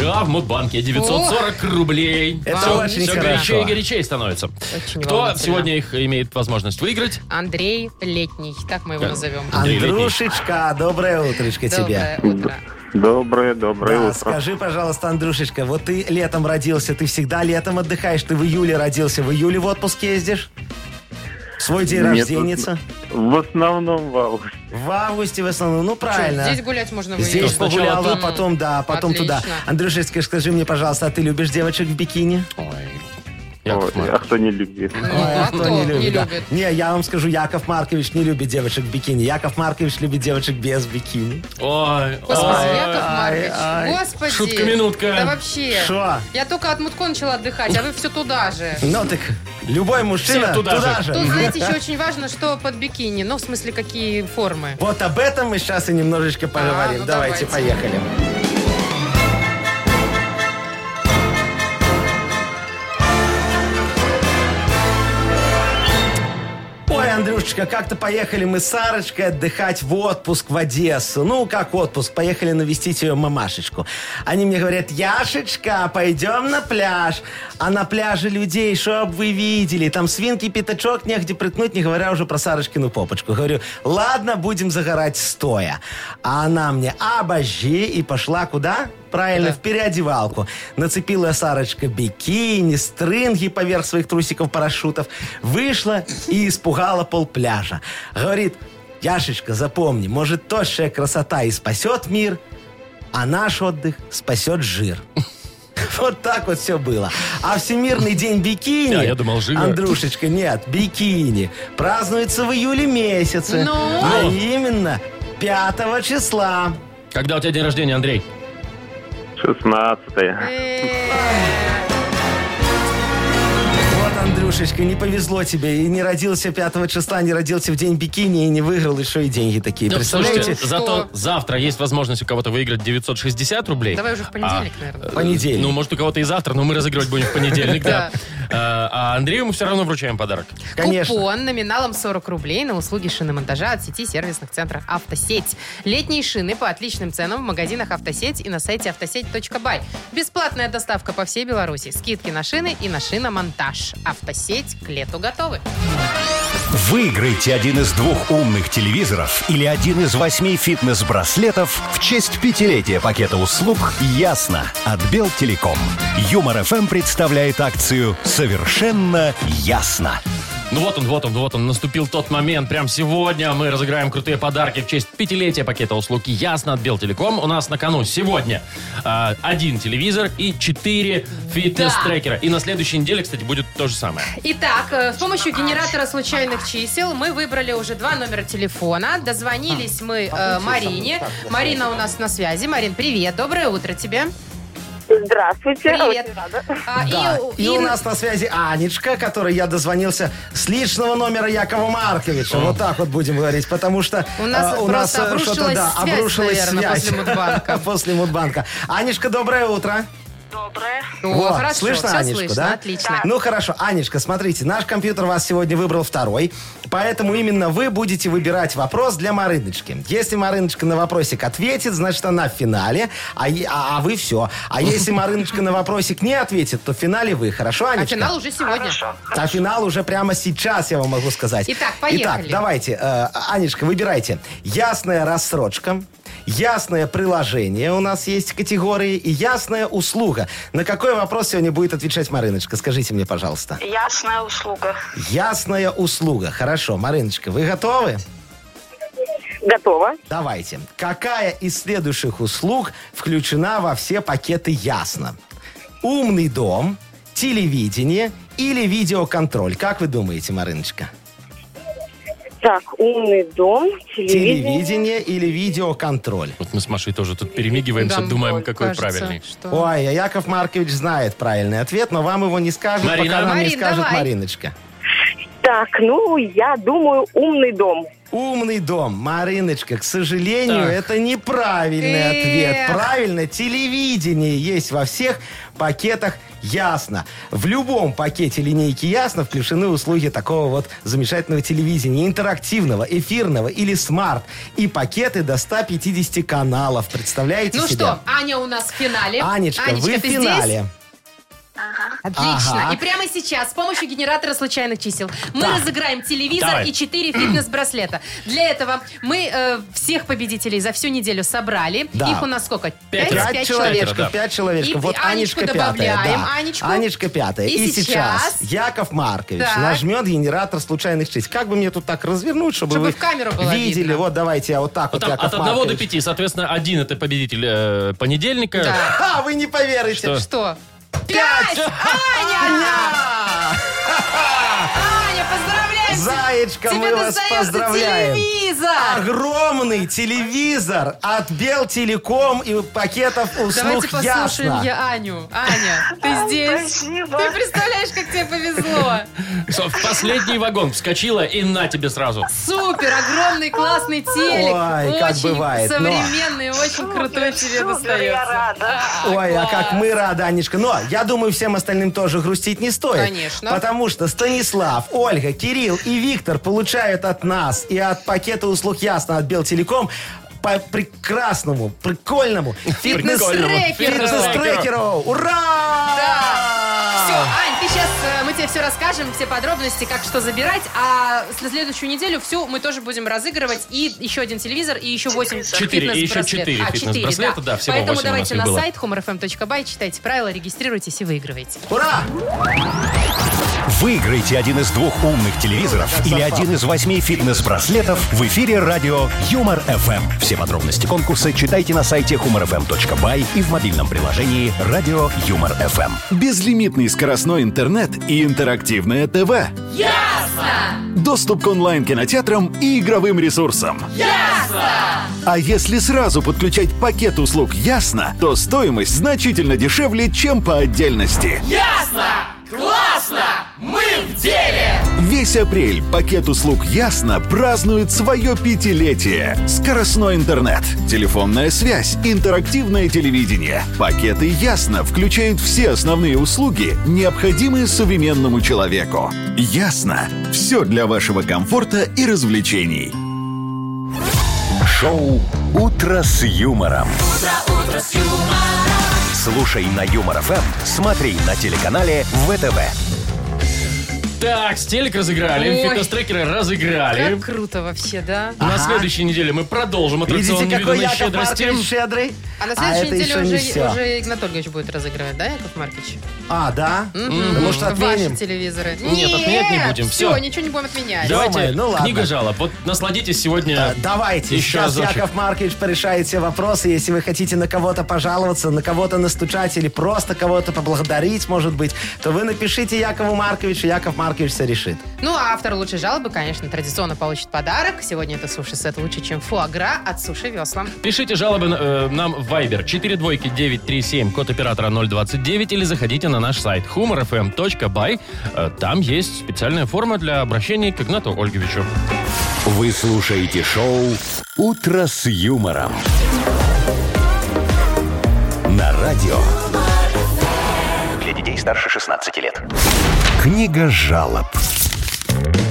Speaker 2: А в Мудбанке 940 рублей.
Speaker 3: Это
Speaker 2: все,
Speaker 3: очень
Speaker 2: все
Speaker 3: хорошо.
Speaker 2: горячее и горячее становится.
Speaker 4: Очень
Speaker 2: Кто
Speaker 4: волнительно.
Speaker 2: сегодня их имеет возможность выиграть?
Speaker 4: Андрей Летний, так мы его
Speaker 2: Да.
Speaker 4: назовем.
Speaker 2: Андрей Летний.
Speaker 3: Андрюшечка, доброе утречко тебе.
Speaker 4: Доброе утро.
Speaker 5: Доброе, доброе
Speaker 3: Да,
Speaker 5: утро.
Speaker 3: скажи, пожалуйста, Андрюшечка, вот ты летом родился, ты всегда летом отдыхаешь, ты в июле родился, в июле в отпуск ездишь? В Свой день
Speaker 5: Нет,
Speaker 3: рождения?
Speaker 5: В основном в августе.
Speaker 3: В августе в основном, ну
Speaker 4: Чё,
Speaker 3: правильно.
Speaker 4: Здесь гулять можно вы
Speaker 3: Здесь
Speaker 2: Сначала
Speaker 3: погуляла,
Speaker 2: тут.
Speaker 3: потом, да, потом
Speaker 4: Отлично.
Speaker 3: туда. Андрюшечка, скажи мне, пожалуйста, а ты любишь девочек в бикини?
Speaker 2: Ой. Яков
Speaker 5: Вот. А
Speaker 2: Маркович.
Speaker 5: кто не любит?
Speaker 4: Ну, а кто не
Speaker 3: да.
Speaker 4: любит?
Speaker 3: Не, я вам скажу, Яков Маркович не любит девочек в бикини. Яков Маркович любит девочек без бикини.
Speaker 2: Ой,
Speaker 4: Господи,
Speaker 2: ой.
Speaker 4: Яков Маркович,
Speaker 3: ай.
Speaker 4: господи.
Speaker 2: Шутка-минутка.
Speaker 4: Да вообще.
Speaker 3: Шо?
Speaker 4: Я только от Мутко начала отдыхать, а вы все туда же.
Speaker 3: Ну так, любой мужчина
Speaker 2: Все
Speaker 3: туда,
Speaker 2: туда
Speaker 3: же.
Speaker 4: Тут, знаете, еще очень важно, что под бикини. Ну, в смысле, какие формы.
Speaker 3: Вот об этом мы сейчас и немножечко поговорим.
Speaker 4: ну
Speaker 3: давайте,
Speaker 4: давайте.
Speaker 3: поехали. Ой, Андрюшечка, как-то поехали мы с Сарочкой отдыхать в отпуск в Одессу. Ну, как отпуск, поехали навестить ее мамашечку. Они мне говорят, Яшечка, пойдем на пляж. А на пляже людей, чтоб вы видели, там свинки, пятачок, негде приткнуть, не говоря уже про Сарочкину попочку. Говорю, ладно, будем загорать стоя. А она мне, обожжи, и пошла куда? Правильно, в переодевалку. Нацепила Сарочка бикини, стринги поверх своих трусиков-парашютов. Вышла и испугала пол пляжа. Говорит, Яшечка, запомни, может, тощая красота и спасет мир, а наш отдых спасет жир. Вот так вот все было. А Всемирный день бикини...
Speaker 2: А, я думал, жира.
Speaker 3: Андрюшечка, нет, бикини. Празднуется в июле месяце.
Speaker 4: Ну?
Speaker 3: А именно 5 числа.
Speaker 2: Когда у тебя день рождения, Андрей?
Speaker 5: 16
Speaker 4: Э,
Speaker 3: Вот, Андрюшечка, не повезло тебе. И не родился 5 числа, не родился в день бикини, и не выиграл еще и деньги такие.
Speaker 2: Ну,
Speaker 3: Представляете?
Speaker 2: слушайте, зато
Speaker 4: Что?
Speaker 2: завтра есть возможность у кого-то выиграть 960 рублей.
Speaker 4: Давай уже в понедельник,
Speaker 3: А,
Speaker 4: наверное.
Speaker 3: Понедельник.
Speaker 2: Ну, может, у кого-то и завтра, но мы разыгрывать будем в понедельник, да. А а Андрею мы все равно вручаем подарок.
Speaker 3: Конечно.
Speaker 4: Купон номиналом 40 рублей на услуги шиномонтажа от сети сервисных центров «Автосеть». Летние шины по отличным ценам в магазинах «Автосеть» и на сайте автосеть.бай. Бесплатная доставка по всей Беларуси. Скидки на шины и на шиномонтаж. «Автосеть» к лету готовы.
Speaker 1: Выиграйте один из двух умных телевизоров или один из восьми фитнес-браслетов в честь пятилетия пакета услуг «Ясно» от Белтелеком. Юмор-ФМ представляет акцию «Совершенно ясно».
Speaker 2: Ну вот он, вот он, вот он, наступил тот момент. Прям сегодня мы разыграем крутые подарки в честь пятилетия пакета услуг «Ясно» от Белтелеком. У нас на кону сегодня а, один телевизор и четыре фитнес-трекера. И на следующей неделе, кстати, будет то же самое.
Speaker 4: Итак, э, с помощью генератора случайных чисел мы выбрали уже два номера телефона. Дозвонились мы э, Марине. Марина у нас на связи. Марин, привет. Доброе утро тебе.
Speaker 8: Здравствуйте.
Speaker 4: Привет.
Speaker 8: Очень рада.
Speaker 4: А, и
Speaker 3: Да.
Speaker 4: у-
Speaker 3: И,
Speaker 4: и-
Speaker 3: у нас на связи Анечка, которой я дозвонился с личного номера Якова Марковича. Вот так вот будем говорить, потому что
Speaker 4: У нас
Speaker 3: э, у
Speaker 4: просто
Speaker 3: нас э,
Speaker 4: обрушилась
Speaker 3: что-то да,
Speaker 4: связь,
Speaker 3: обрушилась
Speaker 4: наверное,
Speaker 3: связь
Speaker 4: после Мудбанка.
Speaker 3: После Мудбанка. Анечка, доброе утро.
Speaker 8: Доброе.
Speaker 4: О,
Speaker 3: Вот,
Speaker 4: хорошо,
Speaker 3: слышно
Speaker 4: всё
Speaker 3: Анечку,
Speaker 4: слышно,
Speaker 3: да?
Speaker 4: отлично.
Speaker 3: Ну хорошо, Анечка, смотрите, наш компьютер вас сегодня выбрал второй, поэтому именно вы будете выбирать вопрос для Марыночки. Если Марыночка на вопросик ответит, значит она в финале, а, е- а- а вы все. А если Марыночка на вопросик не ответит, то в финале вы, хорошо,
Speaker 4: А
Speaker 3: Анечка?
Speaker 4: финал уже сегодня.
Speaker 8: Хорошо.
Speaker 3: А финал уже прямо сейчас, я вам могу сказать.
Speaker 4: Итак, поехали.
Speaker 3: Итак, давайте, э, Анечка, выбирайте. Ясная рассрочка, ясное приложение у нас есть категории и ясная услуга. На какой вопрос сегодня будет отвечать Мариночка? Скажите мне, пожалуйста.
Speaker 8: Ясная услуга.
Speaker 3: Ясная услуга. Хорошо, Мариночка, вы готовы?
Speaker 8: Готово.
Speaker 3: Давайте. Какая из следующих услуг включена во все пакеты «Ясно»? Умный дом, телевидение или видеоконтроль? Как вы думаете, Мариночка?
Speaker 8: Так, умный дом, телевидение.
Speaker 3: Телевидение или видеоконтроль?
Speaker 2: Вот мы с Машей тоже тут перемигиваемся,
Speaker 4: Да,
Speaker 2: думаем,
Speaker 4: ой,
Speaker 2: какой
Speaker 4: кажется,
Speaker 2: правильный.
Speaker 4: что-
Speaker 3: Ой, а Яков Маркович знает правильный ответ, но вам его не скажет,
Speaker 2: Марина?
Speaker 3: пока нам не
Speaker 4: Марин,
Speaker 3: скажет
Speaker 4: давай.
Speaker 3: Мариночка.
Speaker 8: Так, ну, я думаю, умный дом.
Speaker 3: Умный дом, Мариночка, к сожалению,
Speaker 2: Так.
Speaker 3: это неправильный
Speaker 4: Эх.
Speaker 3: ответ. Правильно, телевидение есть во всех пакетах Ясно. В любом пакете линейки Ясно включены услуги такого вот замечательного телевидения, интерактивного, эфирного или смарт. И пакеты до 150 каналов. Представляете
Speaker 4: Ну
Speaker 3: себе?
Speaker 4: что, Аня у нас в финале.
Speaker 3: Анечка, вы в
Speaker 4: ты здесь?
Speaker 3: финале.
Speaker 4: Отлично.
Speaker 3: Ага.
Speaker 4: И прямо сейчас с помощью генератора случайных чисел мы
Speaker 3: Так.
Speaker 4: разыграем телевизор
Speaker 2: Давай.
Speaker 4: и 4 фитнес-браслета. Для этого мы э, всех победителей за всю неделю собрали.
Speaker 3: Да.
Speaker 4: их у нас сколько?
Speaker 2: Пятеро.
Speaker 4: Пять?
Speaker 2: Пять человек.
Speaker 4: Пять человек.
Speaker 2: да.
Speaker 3: человечков, пять человечков.
Speaker 4: И-
Speaker 3: вот
Speaker 4: и
Speaker 3: Анечка
Speaker 4: Анечку
Speaker 3: пятая.
Speaker 4: добавляем,
Speaker 3: да.
Speaker 4: Анечку.
Speaker 3: Анечка пятая.
Speaker 4: И
Speaker 3: И сейчас
Speaker 4: сейчас
Speaker 3: Яков Маркович
Speaker 4: Так.
Speaker 3: нажмет генератор случайных чисел. Как бы мне тут так развернуть, чтобы,
Speaker 4: Чтобы
Speaker 3: вы
Speaker 4: в камеру было
Speaker 3: видели?
Speaker 4: видно.
Speaker 3: Вот давайте я вот так
Speaker 2: Вот
Speaker 3: вот,
Speaker 2: там
Speaker 3: Яков
Speaker 2: от 1 до
Speaker 3: Маркович.
Speaker 2: 5, соответственно, один это победитель э,
Speaker 3: А,
Speaker 2: понедельника.
Speaker 4: Да.
Speaker 3: Ха, вы не поверите.
Speaker 2: Что?
Speaker 4: Что? Пять! Аня!
Speaker 3: А!
Speaker 4: Аня, поздравляем!
Speaker 3: Заячка,
Speaker 4: Тебе
Speaker 3: мы вас
Speaker 4: достается
Speaker 3: поздравляем.
Speaker 4: телевизор!
Speaker 3: Огромный телевизор от Белтелеком и пакетов услуг
Speaker 4: Давайте послушаем
Speaker 3: ясно.
Speaker 4: я Аню. Аня, ты здесь?
Speaker 8: спасибо.
Speaker 4: Ты представляешь, как тебе повезло?
Speaker 2: Со- В последний вагон вскочила и на тебе сразу.
Speaker 4: Супер, огромный, классный телек.
Speaker 3: Ой, как
Speaker 4: очень
Speaker 3: бывает, но-
Speaker 4: современный, очень крутой тебе
Speaker 8: Супер, я
Speaker 4: достается.
Speaker 8: рада.
Speaker 3: Ой, а как мы рады, Анечка. Но я думаю, всем остальным тоже грустить не стоит.
Speaker 4: Конечно.
Speaker 3: Потому что Станислав, Ольга, Кирилл и Виктор получают от нас и от пакета услуг Ясно от Белтелеком по прекрасному, прикольному
Speaker 4: Фитнес-трекеру.
Speaker 3: фитнес-трекеру. Ура!
Speaker 4: Все, Ань, ты сейчас, мы тебе все расскажем, все подробности, как что забирать, а с- следующую неделю всю мы тоже будем разразыгивать и еще один телевизор, и еще 8
Speaker 2: Четыре, и еще четыре фитнес-браслета, да, всего
Speaker 4: А, Поэтому
Speaker 2: восемь у нас
Speaker 4: давайте
Speaker 2: их
Speaker 4: на
Speaker 2: было.
Speaker 4: сайт humorfm.by, читайте правила, регистрируйтесь и выигрывайте.
Speaker 3: Ура!
Speaker 1: Выиграйте один из двух умных телевизоров или один из восьми фитнес-браслетов в эфире радио Юмор ФМ. Все подробности конкурса читайте на сайте humorfm.by и в мобильном приложении радио Юмор ФМ.
Speaker 9: Безлимитный скоростной интернет и интерактивное ТВ. Ясно! Доступ к онлайн-кинотеатрам и игровым ресурсам. Ясно! А если сразу подключать пакет услуг «Ясно», то стоимость значительно дешевле, чем по отдельности. Весь апрель пакет услуг «Ясно» празднует свое пятилетие. Скоростной интернет, телефонная связь, интерактивное телевидение. Пакеты «Ясно» включают все основные услуги, необходимые современному человеку. «Ясно» — все для вашего комфорта и развлечений.
Speaker 1: Шоу «Утро с юмором». Слушай на Юмор ФМ, смотри на телеканале ВТВ.
Speaker 2: Так, телек разыграли,
Speaker 4: Ой.
Speaker 2: фитнес-трекеры разыграли.
Speaker 4: Как круто вообще, да?
Speaker 2: На следующей неделе мы продолжим
Speaker 3: Видите,
Speaker 2: аттракцион
Speaker 3: какой
Speaker 2: невиданной
Speaker 3: Яков
Speaker 2: щедрости.
Speaker 3: Маркович щедрый?
Speaker 4: А на следующей
Speaker 3: это еще не
Speaker 4: неделе
Speaker 3: все.
Speaker 4: уже, уже Игнат Ольгович будет разыгрывать, да, Яков Маркович?
Speaker 3: А, да? Да Может, отменим?
Speaker 4: Ваши телевизоры.
Speaker 2: Нет, отменять не будем,
Speaker 4: Все,
Speaker 2: всё.
Speaker 4: ничего не будем отменять.
Speaker 2: Давайте,
Speaker 3: Ё-моё, ну ладно.
Speaker 2: книга жалоб. Вот насладитесь сегодня...
Speaker 3: Э, Давайте.
Speaker 2: Еще
Speaker 3: Сейчас
Speaker 2: разочек.
Speaker 3: Яков Маркович порешает все вопросы. Если вы хотите на кого-то пожаловаться, на кого-то настучать или просто кого-то поблагодарить, может быть, то вы напишите Якову Марковичу, Яков Маркович все решит.
Speaker 4: Ну, а автор лучшей жалобы, конечно, традиционно получит подарок. Сегодня это суши-сет лучше, чем фуагра от суши весла.
Speaker 2: Пишите жалобы э, нам в Viber 42937, код оператора 029, или заходите на наш сайт humorfm.by. Э, Там есть специальная форма для обращения к Игнату Ольговичу.
Speaker 1: Вы слушаете шоу «Утро с юмором». На радио
Speaker 6: Для детей старше 16 лет.
Speaker 1: «Книга жалоб».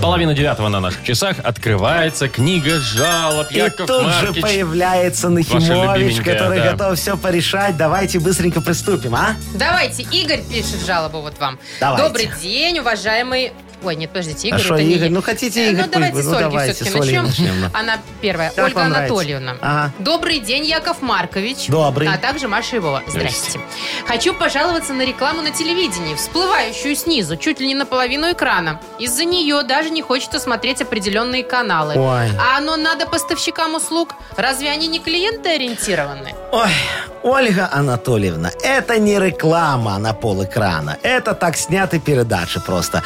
Speaker 2: Половина девятого на наших часах открывается книга жалоб. Яков
Speaker 3: И тут же
Speaker 2: Маркич.
Speaker 3: появляется Нахимович,
Speaker 2: любименькая,
Speaker 3: который
Speaker 2: да.
Speaker 3: готов все порешать. Давайте быстренько приступим, а?
Speaker 4: Давайте, Игорь пишет жалобу вот вам.
Speaker 3: Давайте.
Speaker 4: Добрый день, уважаемый... Ой, нет, подождите, Игорь,
Speaker 3: а что,
Speaker 4: это не
Speaker 3: Игорь?
Speaker 4: я.
Speaker 3: Ну, хотите,
Speaker 4: Э,
Speaker 3: Игорь?
Speaker 4: Ну, давайте
Speaker 3: пусть
Speaker 4: с
Speaker 3: будет.
Speaker 4: Ольги
Speaker 3: Ну, давайте,
Speaker 4: все-таки
Speaker 3: с Ольги
Speaker 4: начнем.
Speaker 3: начнем, ну.
Speaker 4: Она первая.
Speaker 3: Как
Speaker 4: Ольга
Speaker 3: вам нравится?
Speaker 4: Анатольевна.
Speaker 3: Ага.
Speaker 4: Добрый день, Яков Маркович.
Speaker 3: Добрый.
Speaker 4: А также Маша Ивова. Здрасте. Хочу пожаловаться на рекламу на телевидении, всплывающую снизу, чуть ли не наполовину экрана. Из-за нее даже не хочется смотреть определенные каналы.
Speaker 3: Ой.
Speaker 4: А оно надо поставщикам услуг. Разве они не клиентоориентированы?
Speaker 3: Ой, Ольга Анатольевна, это не реклама на пол экрана. Это так сняты передачи просто.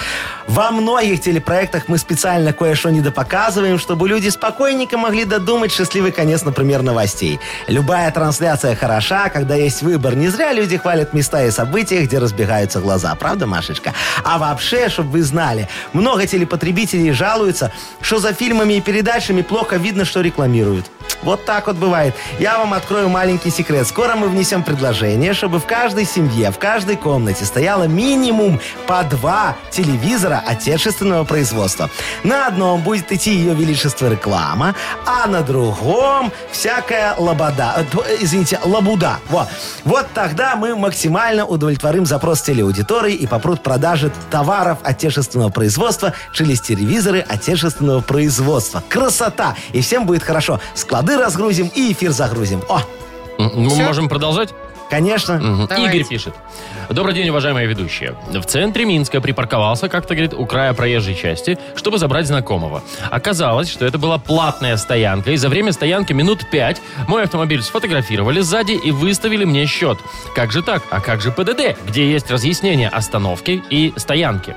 Speaker 3: Во многих телепроектах мы специально кое-что недопоказываем, чтобы люди спокойненько могли додумать счастливый конец, например, новостей. Любая трансляция хороша, когда есть выбор. Не зря люди хвалят места и события, где разбегаются глаза. Правда, Машечка? А вообще, чтобы вы знали, много телепотребителей жалуются, что за фильмами и передачами плохо видно, что рекламируют. Вот так вот бывает. Я вам открою маленький секрет. Скоро мы внесем предложение, чтобы в каждой семье, в каждой комнате стояло минимум по два телевизора отечественного производства. На одном будет идти ее величество реклама, а на другом всякая лобода. э, тьфу, э, Извините, лабуда. Вот. вот тогда мы максимально удовлетворим запрос телеаудитории и попрут продажи товаров отечественного производства через телевизоры отечественного производства. Красота! И всем будет хорошо. Склады разгрузим и эфир загрузим. О,
Speaker 2: М, Мы можем продолжать?
Speaker 3: конечно.
Speaker 2: Мгм.
Speaker 4: Давайте.
Speaker 2: Игорь пишет. Добрый день, уважаемые ведущие. В центре Минска припарковался, как-то говорит, у края проезжей части, чтобы забрать знакомого. Оказалось, что это была платная стоянка, и за время стоянки минут пять мой автомобиль сфотографировали сзади и выставили мне счет. Как же так? А как же ПДД, где есть разъяснение остановки и стоянки?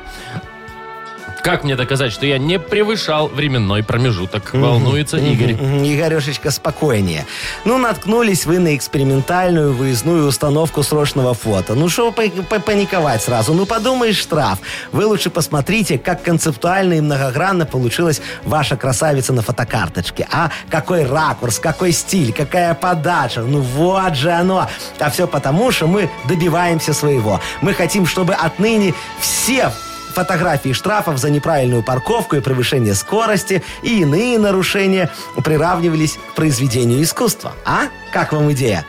Speaker 2: Как мне доказать, что я не превышал временной промежуток? Волнуется Игорь.
Speaker 3: Мгм, Игорешечка, спокойнее. Ну, наткнулись вы на экспериментальную выездную установку срочного фото. Ну, что вы па- па- паниковать сразу? Ну, подумаешь, штраф. Вы лучше посмотрите, как концептуально и многогранно получилась ваша красавица на фотокарточке. А какой ракурс, какой стиль, какая подача. Ну, вот же оно. А все потому, что мы добиваемся своего. Мы хотим, чтобы отныне все фотографии штрафов за неправильную парковку и превышение скорости и иные нарушения приравнивались к произведению искусства. А? Как вам идея?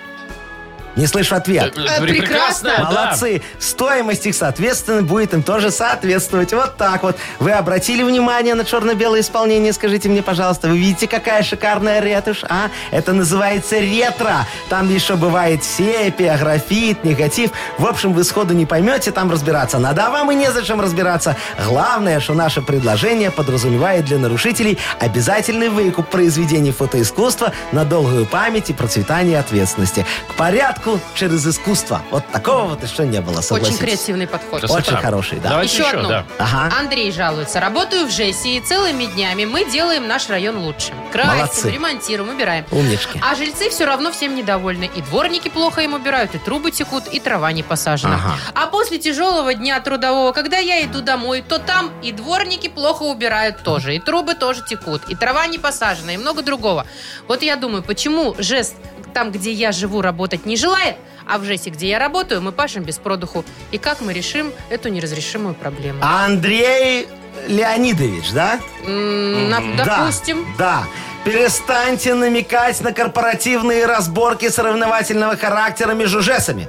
Speaker 3: Не слышу ответ.
Speaker 4: прекрасно.
Speaker 2: да.
Speaker 3: Молодцы. Стоимость их, соответственно, будет им тоже соответствовать. Вот так вот. Вы обратили внимание на черно-белое исполнение? Скажите мне, пожалуйста, вы видите, какая шикарная ретушь, а? Это называется ретро. Там еще бывает сепия, графит, негатив. В общем, вы сходу не поймете, там разбираться надо. А вам и незачем разбираться. Главное, что наше предложение подразумевает для нарушителей обязательный выкуп произведений фотоискусства на долгую память и процветание ответственности. К порядку через искусство. Вот такого вот еще не было,
Speaker 4: Очень
Speaker 3: согласитесь.
Speaker 4: креативный подход.
Speaker 2: Красота.
Speaker 3: Очень хороший, да.
Speaker 2: Давайте еще,
Speaker 4: одну.
Speaker 2: да.
Speaker 3: Ага.
Speaker 4: Андрей жалуется. Работаю в ЖЭСе и целыми днями мы делаем наш район лучше. Красим,
Speaker 3: Молодцы.
Speaker 4: ремонтируем, убираем.
Speaker 3: Умнички.
Speaker 4: А жильцы все равно всем недовольны. И дворники плохо им убирают, и трубы текут, и трава не посажена.
Speaker 3: Ага.
Speaker 4: А после тяжелого дня трудового, когда я иду домой, то там и дворники плохо убирают тоже, и трубы тоже текут, и трава не посажена, и много другого. Вот я думаю, почему жест там, где я живу, работать не желает, а в жесте, где я работаю, мы пашем без продуху. И как мы решим эту неразрешимую проблему?
Speaker 3: А? Андрей Леонидович, да?
Speaker 4: М, на- допустим.
Speaker 3: Да, да. Перестаньте намекать на корпоративные разборки соревновательного характера между жесами.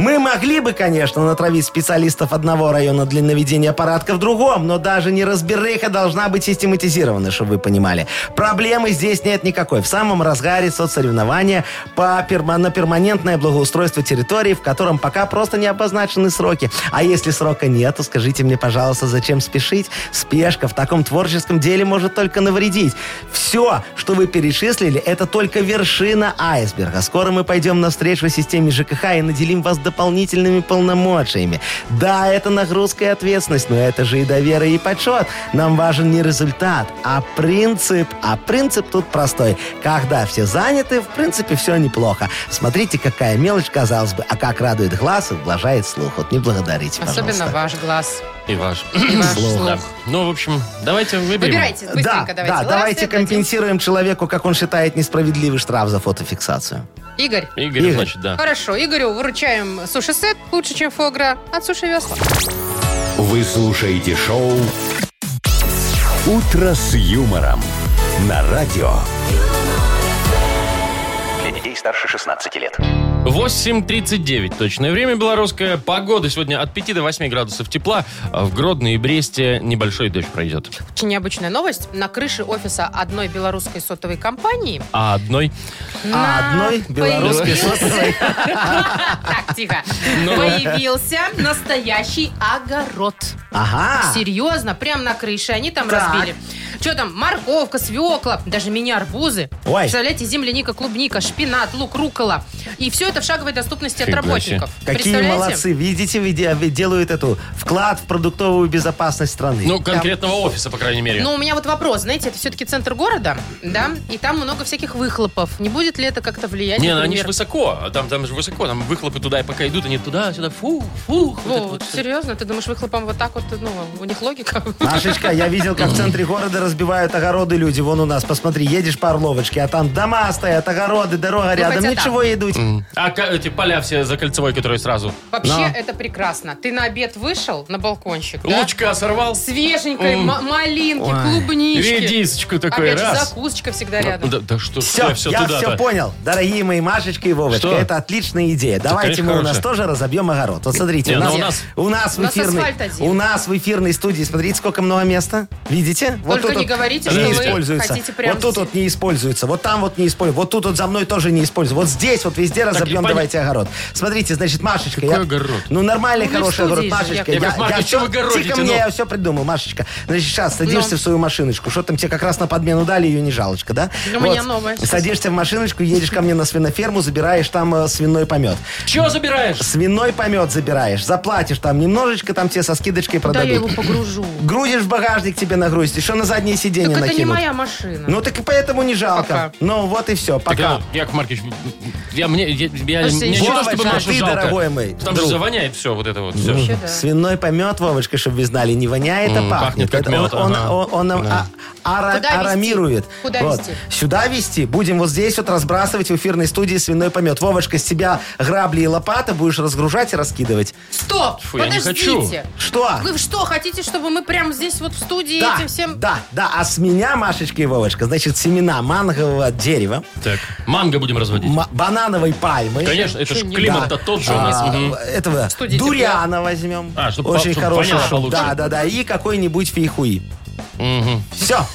Speaker 3: Мы могли бы, конечно, натравить специалистов одного района для наведения парадка в другом, но даже неразберыха должна быть систематизирована, чтобы вы понимали. Проблемы здесь нет никакой. В самом разгаре соцсоревнования по перма- на перманентное благоустройство территории, в котором пока просто не обозначены сроки. А если срока нет, то скажите мне, пожалуйста, зачем спешить? Спешка в таком творческом деле может только навредить. Все, что вы перечислили, это только вершина айсберга. Скоро мы пойдем навстречу системе ЖКХ и наделим вас дополнительными полномочиями. Да, это нагрузка и ответственность, но это же и довера, и почет. Нам важен не результат, а принцип. А принцип тут простой. Когда все заняты, в принципе, все неплохо. Смотрите, какая мелочь, казалось бы, а как радует глаз и ублажает слух. Вот не благодарите,
Speaker 4: Особенно
Speaker 3: пожалуйста.
Speaker 4: ваш глаз.
Speaker 2: И ваш.
Speaker 4: И ваш слух.
Speaker 2: Да. Ну, в общем, давайте выберем.
Speaker 4: Выбирайте
Speaker 3: Да,
Speaker 4: быстренько, давайте.
Speaker 3: да,
Speaker 4: Ласты
Speaker 3: давайте
Speaker 4: отдадим.
Speaker 3: компенсируем человеку, как он считает, несправедливый штраф за фотофиксацию.
Speaker 4: Игорь.
Speaker 2: Игорь,
Speaker 3: Игорь.
Speaker 2: значит, да.
Speaker 4: Хорошо, Игорю выручаем суши-сет лучше, чем фогра от Суши Весла.
Speaker 1: Вы слушаете шоу «Утро с юмором» на радио.
Speaker 6: Для детей старше 16 лет.
Speaker 2: 8.39 точное время белорусское. Погода сегодня от 5 до 8 градусов тепла. А В Гродно и Бресте небольшой дождь пройдет.
Speaker 4: Очень необычная новость. На крыше офиса одной белорусской сотовой компании...
Speaker 2: А одной...
Speaker 4: на-
Speaker 3: А одной белорусской
Speaker 4: появился-
Speaker 3: сотовой.
Speaker 4: Так, тихо.
Speaker 2: Ну.
Speaker 4: Появился настоящий огород.
Speaker 3: Ага.
Speaker 4: Серьезно, прям на крыше. Они там
Speaker 3: А. Так.
Speaker 4: разбили. Что там, морковка, свекла, даже мини-арбузы.
Speaker 3: Ой.
Speaker 4: Представляете, земляника, клубника, шпинат, лук, рукола. И все это в шаговой доступности от
Speaker 2: Фига себе.
Speaker 4: работников.
Speaker 3: Какие
Speaker 4: Представляете?
Speaker 3: молодцы. Видите, видя- делают эту вклад в продуктовую безопасность страны.
Speaker 2: Ну, конкретного офиса, по крайней мере.
Speaker 4: Но Ну, у меня вот вопрос, знаете, это все-таки центр города, да, и там много всяких выхлопов. Не будет ли это как-то влиять,
Speaker 2: не, ну, они
Speaker 4: например?
Speaker 2: же высоко. Там, там же высоко. Там выхлопы туда и пока идут, они туда, сюда. Фу, фу. вот это
Speaker 4: Во,
Speaker 2: вот всё.
Speaker 4: серьезно? Ты думаешь, выхлопом вот так вот, ну, у них логика?
Speaker 3: Машечка, я видел, как в центре города разбивают огороды люди. Вон у нас, посмотри, едешь по Орловочке, а там дома стоят, огороды, дорога рядом,
Speaker 4: хотя
Speaker 3: ничего идут.
Speaker 2: А ка- эти поля все за кольцевой, которые сразу.
Speaker 4: Вообще,
Speaker 3: Но.
Speaker 4: это прекрасно. Ты на обед вышел на балкончик, да?
Speaker 2: Лучка сорвал.
Speaker 4: Свеженькой ма- малинки, клубнички.
Speaker 2: Редисочку такой
Speaker 4: Опять же,
Speaker 2: раз.
Speaker 4: закусочка всегда рядом.
Speaker 2: Да, да что ж
Speaker 3: Все,
Speaker 2: я
Speaker 3: я
Speaker 2: все
Speaker 3: все,
Speaker 2: туда-то.
Speaker 3: понял. Дорогие мои Машечка и Вовочка,
Speaker 2: Что?
Speaker 3: это отличная идея. Давайте
Speaker 2: конечно,
Speaker 3: мы у нас
Speaker 2: хорошая.
Speaker 3: тоже разобьем огород. Вот смотрите,
Speaker 2: Не,
Speaker 3: у,
Speaker 2: ну
Speaker 3: нас,
Speaker 2: у нас-
Speaker 3: у нас
Speaker 4: У
Speaker 3: в
Speaker 4: нас
Speaker 3: эфирной
Speaker 4: асфальт один.
Speaker 3: у нас в эфирной студии, смотрите, сколько много места. Видите? Вот
Speaker 4: Только
Speaker 3: тут
Speaker 4: не говорите, что
Speaker 3: не
Speaker 4: вы
Speaker 3: используется.
Speaker 4: хотите прям
Speaker 3: Вот тут
Speaker 4: все.
Speaker 3: вот не используется, вот там вот не используется, вот тут вот за мной тоже не используется. Вот здесь вот везде разобьем,
Speaker 2: пон-
Speaker 3: давайте огород. Смотрите, значит, Машечка.
Speaker 2: Какой огород?
Speaker 3: Ну, нормальный,
Speaker 4: Ну, вы в
Speaker 3: хороший
Speaker 4: студии
Speaker 3: огород,
Speaker 4: же,
Speaker 3: Машечка.
Speaker 4: Яков
Speaker 2: Маркович,
Speaker 3: всё-
Speaker 2: что вы городите,
Speaker 3: Тихо
Speaker 2: ну?
Speaker 3: мне, я все придумал, Машечка. Значит, сейчас садишься
Speaker 4: Ну.
Speaker 3: в свою машиночку. Что там тебе как раз на подмену дали, ее не жалочка, да?
Speaker 4: У меня новая сейчас.
Speaker 3: Садишься в машиночку, едешь ко мне на свиноферму, забираешь там э, свиной помет.
Speaker 2: Чего забираешь?
Speaker 3: Свиной помет забираешь, заплатишь там немножечко, там тебе со скидочкой
Speaker 4: Да А я
Speaker 3: продадут.
Speaker 4: его погружу.
Speaker 3: Грузишь в багажник, тебе нагрузить, еще на заднее
Speaker 4: Так
Speaker 3: сиденье
Speaker 4: это не
Speaker 3: накинут.
Speaker 4: моя машина.
Speaker 3: Ну так и поэтому не жалко.
Speaker 4: Пока.
Speaker 3: Ну вот и все,
Speaker 2: Так,
Speaker 3: пока.
Speaker 2: э, Яков Маркович, я мне, я, я-
Speaker 4: Слушайте,
Speaker 2: мне не
Speaker 4: еще
Speaker 2: то, чтобы
Speaker 3: Вовочка,
Speaker 2: Машу
Speaker 3: ты,
Speaker 2: жалко.
Speaker 3: дорогой мой
Speaker 2: Там же
Speaker 3: друг.
Speaker 2: завоняет все вот это вот. Все.
Speaker 4: Вообще, да.
Speaker 3: Свиной помет, Вовочка, чтобы вы знали, не воняет, а
Speaker 2: М, пахнет
Speaker 3: пахнет.
Speaker 2: как
Speaker 3: Это
Speaker 2: мед,
Speaker 3: он,
Speaker 2: ага.
Speaker 3: он- он нам
Speaker 2: Да.
Speaker 3: а- ара-
Speaker 4: Куда везти?
Speaker 3: арамирует.
Speaker 4: Куда
Speaker 3: Вот.
Speaker 4: везти?
Speaker 3: Сюда вести. Будем вот здесь вот разбрасывать в эфирной студии свиной помет. Вовочка, с тебя грабли и лопата будешь разгружать и раскидывать.
Speaker 4: Стоп!
Speaker 2: Фу, я не
Speaker 4: Подождите.
Speaker 3: Что?
Speaker 4: Вы что, хотите, чтобы мы прям здесь вот в студии
Speaker 3: А. Да,
Speaker 4: этим всем...
Speaker 3: да, да. А с меня, Машечка и Вовочка, значит, семена мангового дерева,
Speaker 2: Так, манго будем разводить.
Speaker 3: ма- банановой пальмы.
Speaker 2: Конечно, это же
Speaker 4: Ничего не
Speaker 2: климат-то
Speaker 3: Да.
Speaker 2: тот же у нас.
Speaker 3: А,
Speaker 2: Мгм.
Speaker 3: этого
Speaker 4: Студите,
Speaker 3: дуриана возьмем.
Speaker 2: А, чтоб по-
Speaker 3: Очень
Speaker 2: чтоб
Speaker 3: хороший
Speaker 2: воняло
Speaker 3: шум.
Speaker 2: получше.
Speaker 3: Да, да, да. И какой-нибудь фейхуи. Все.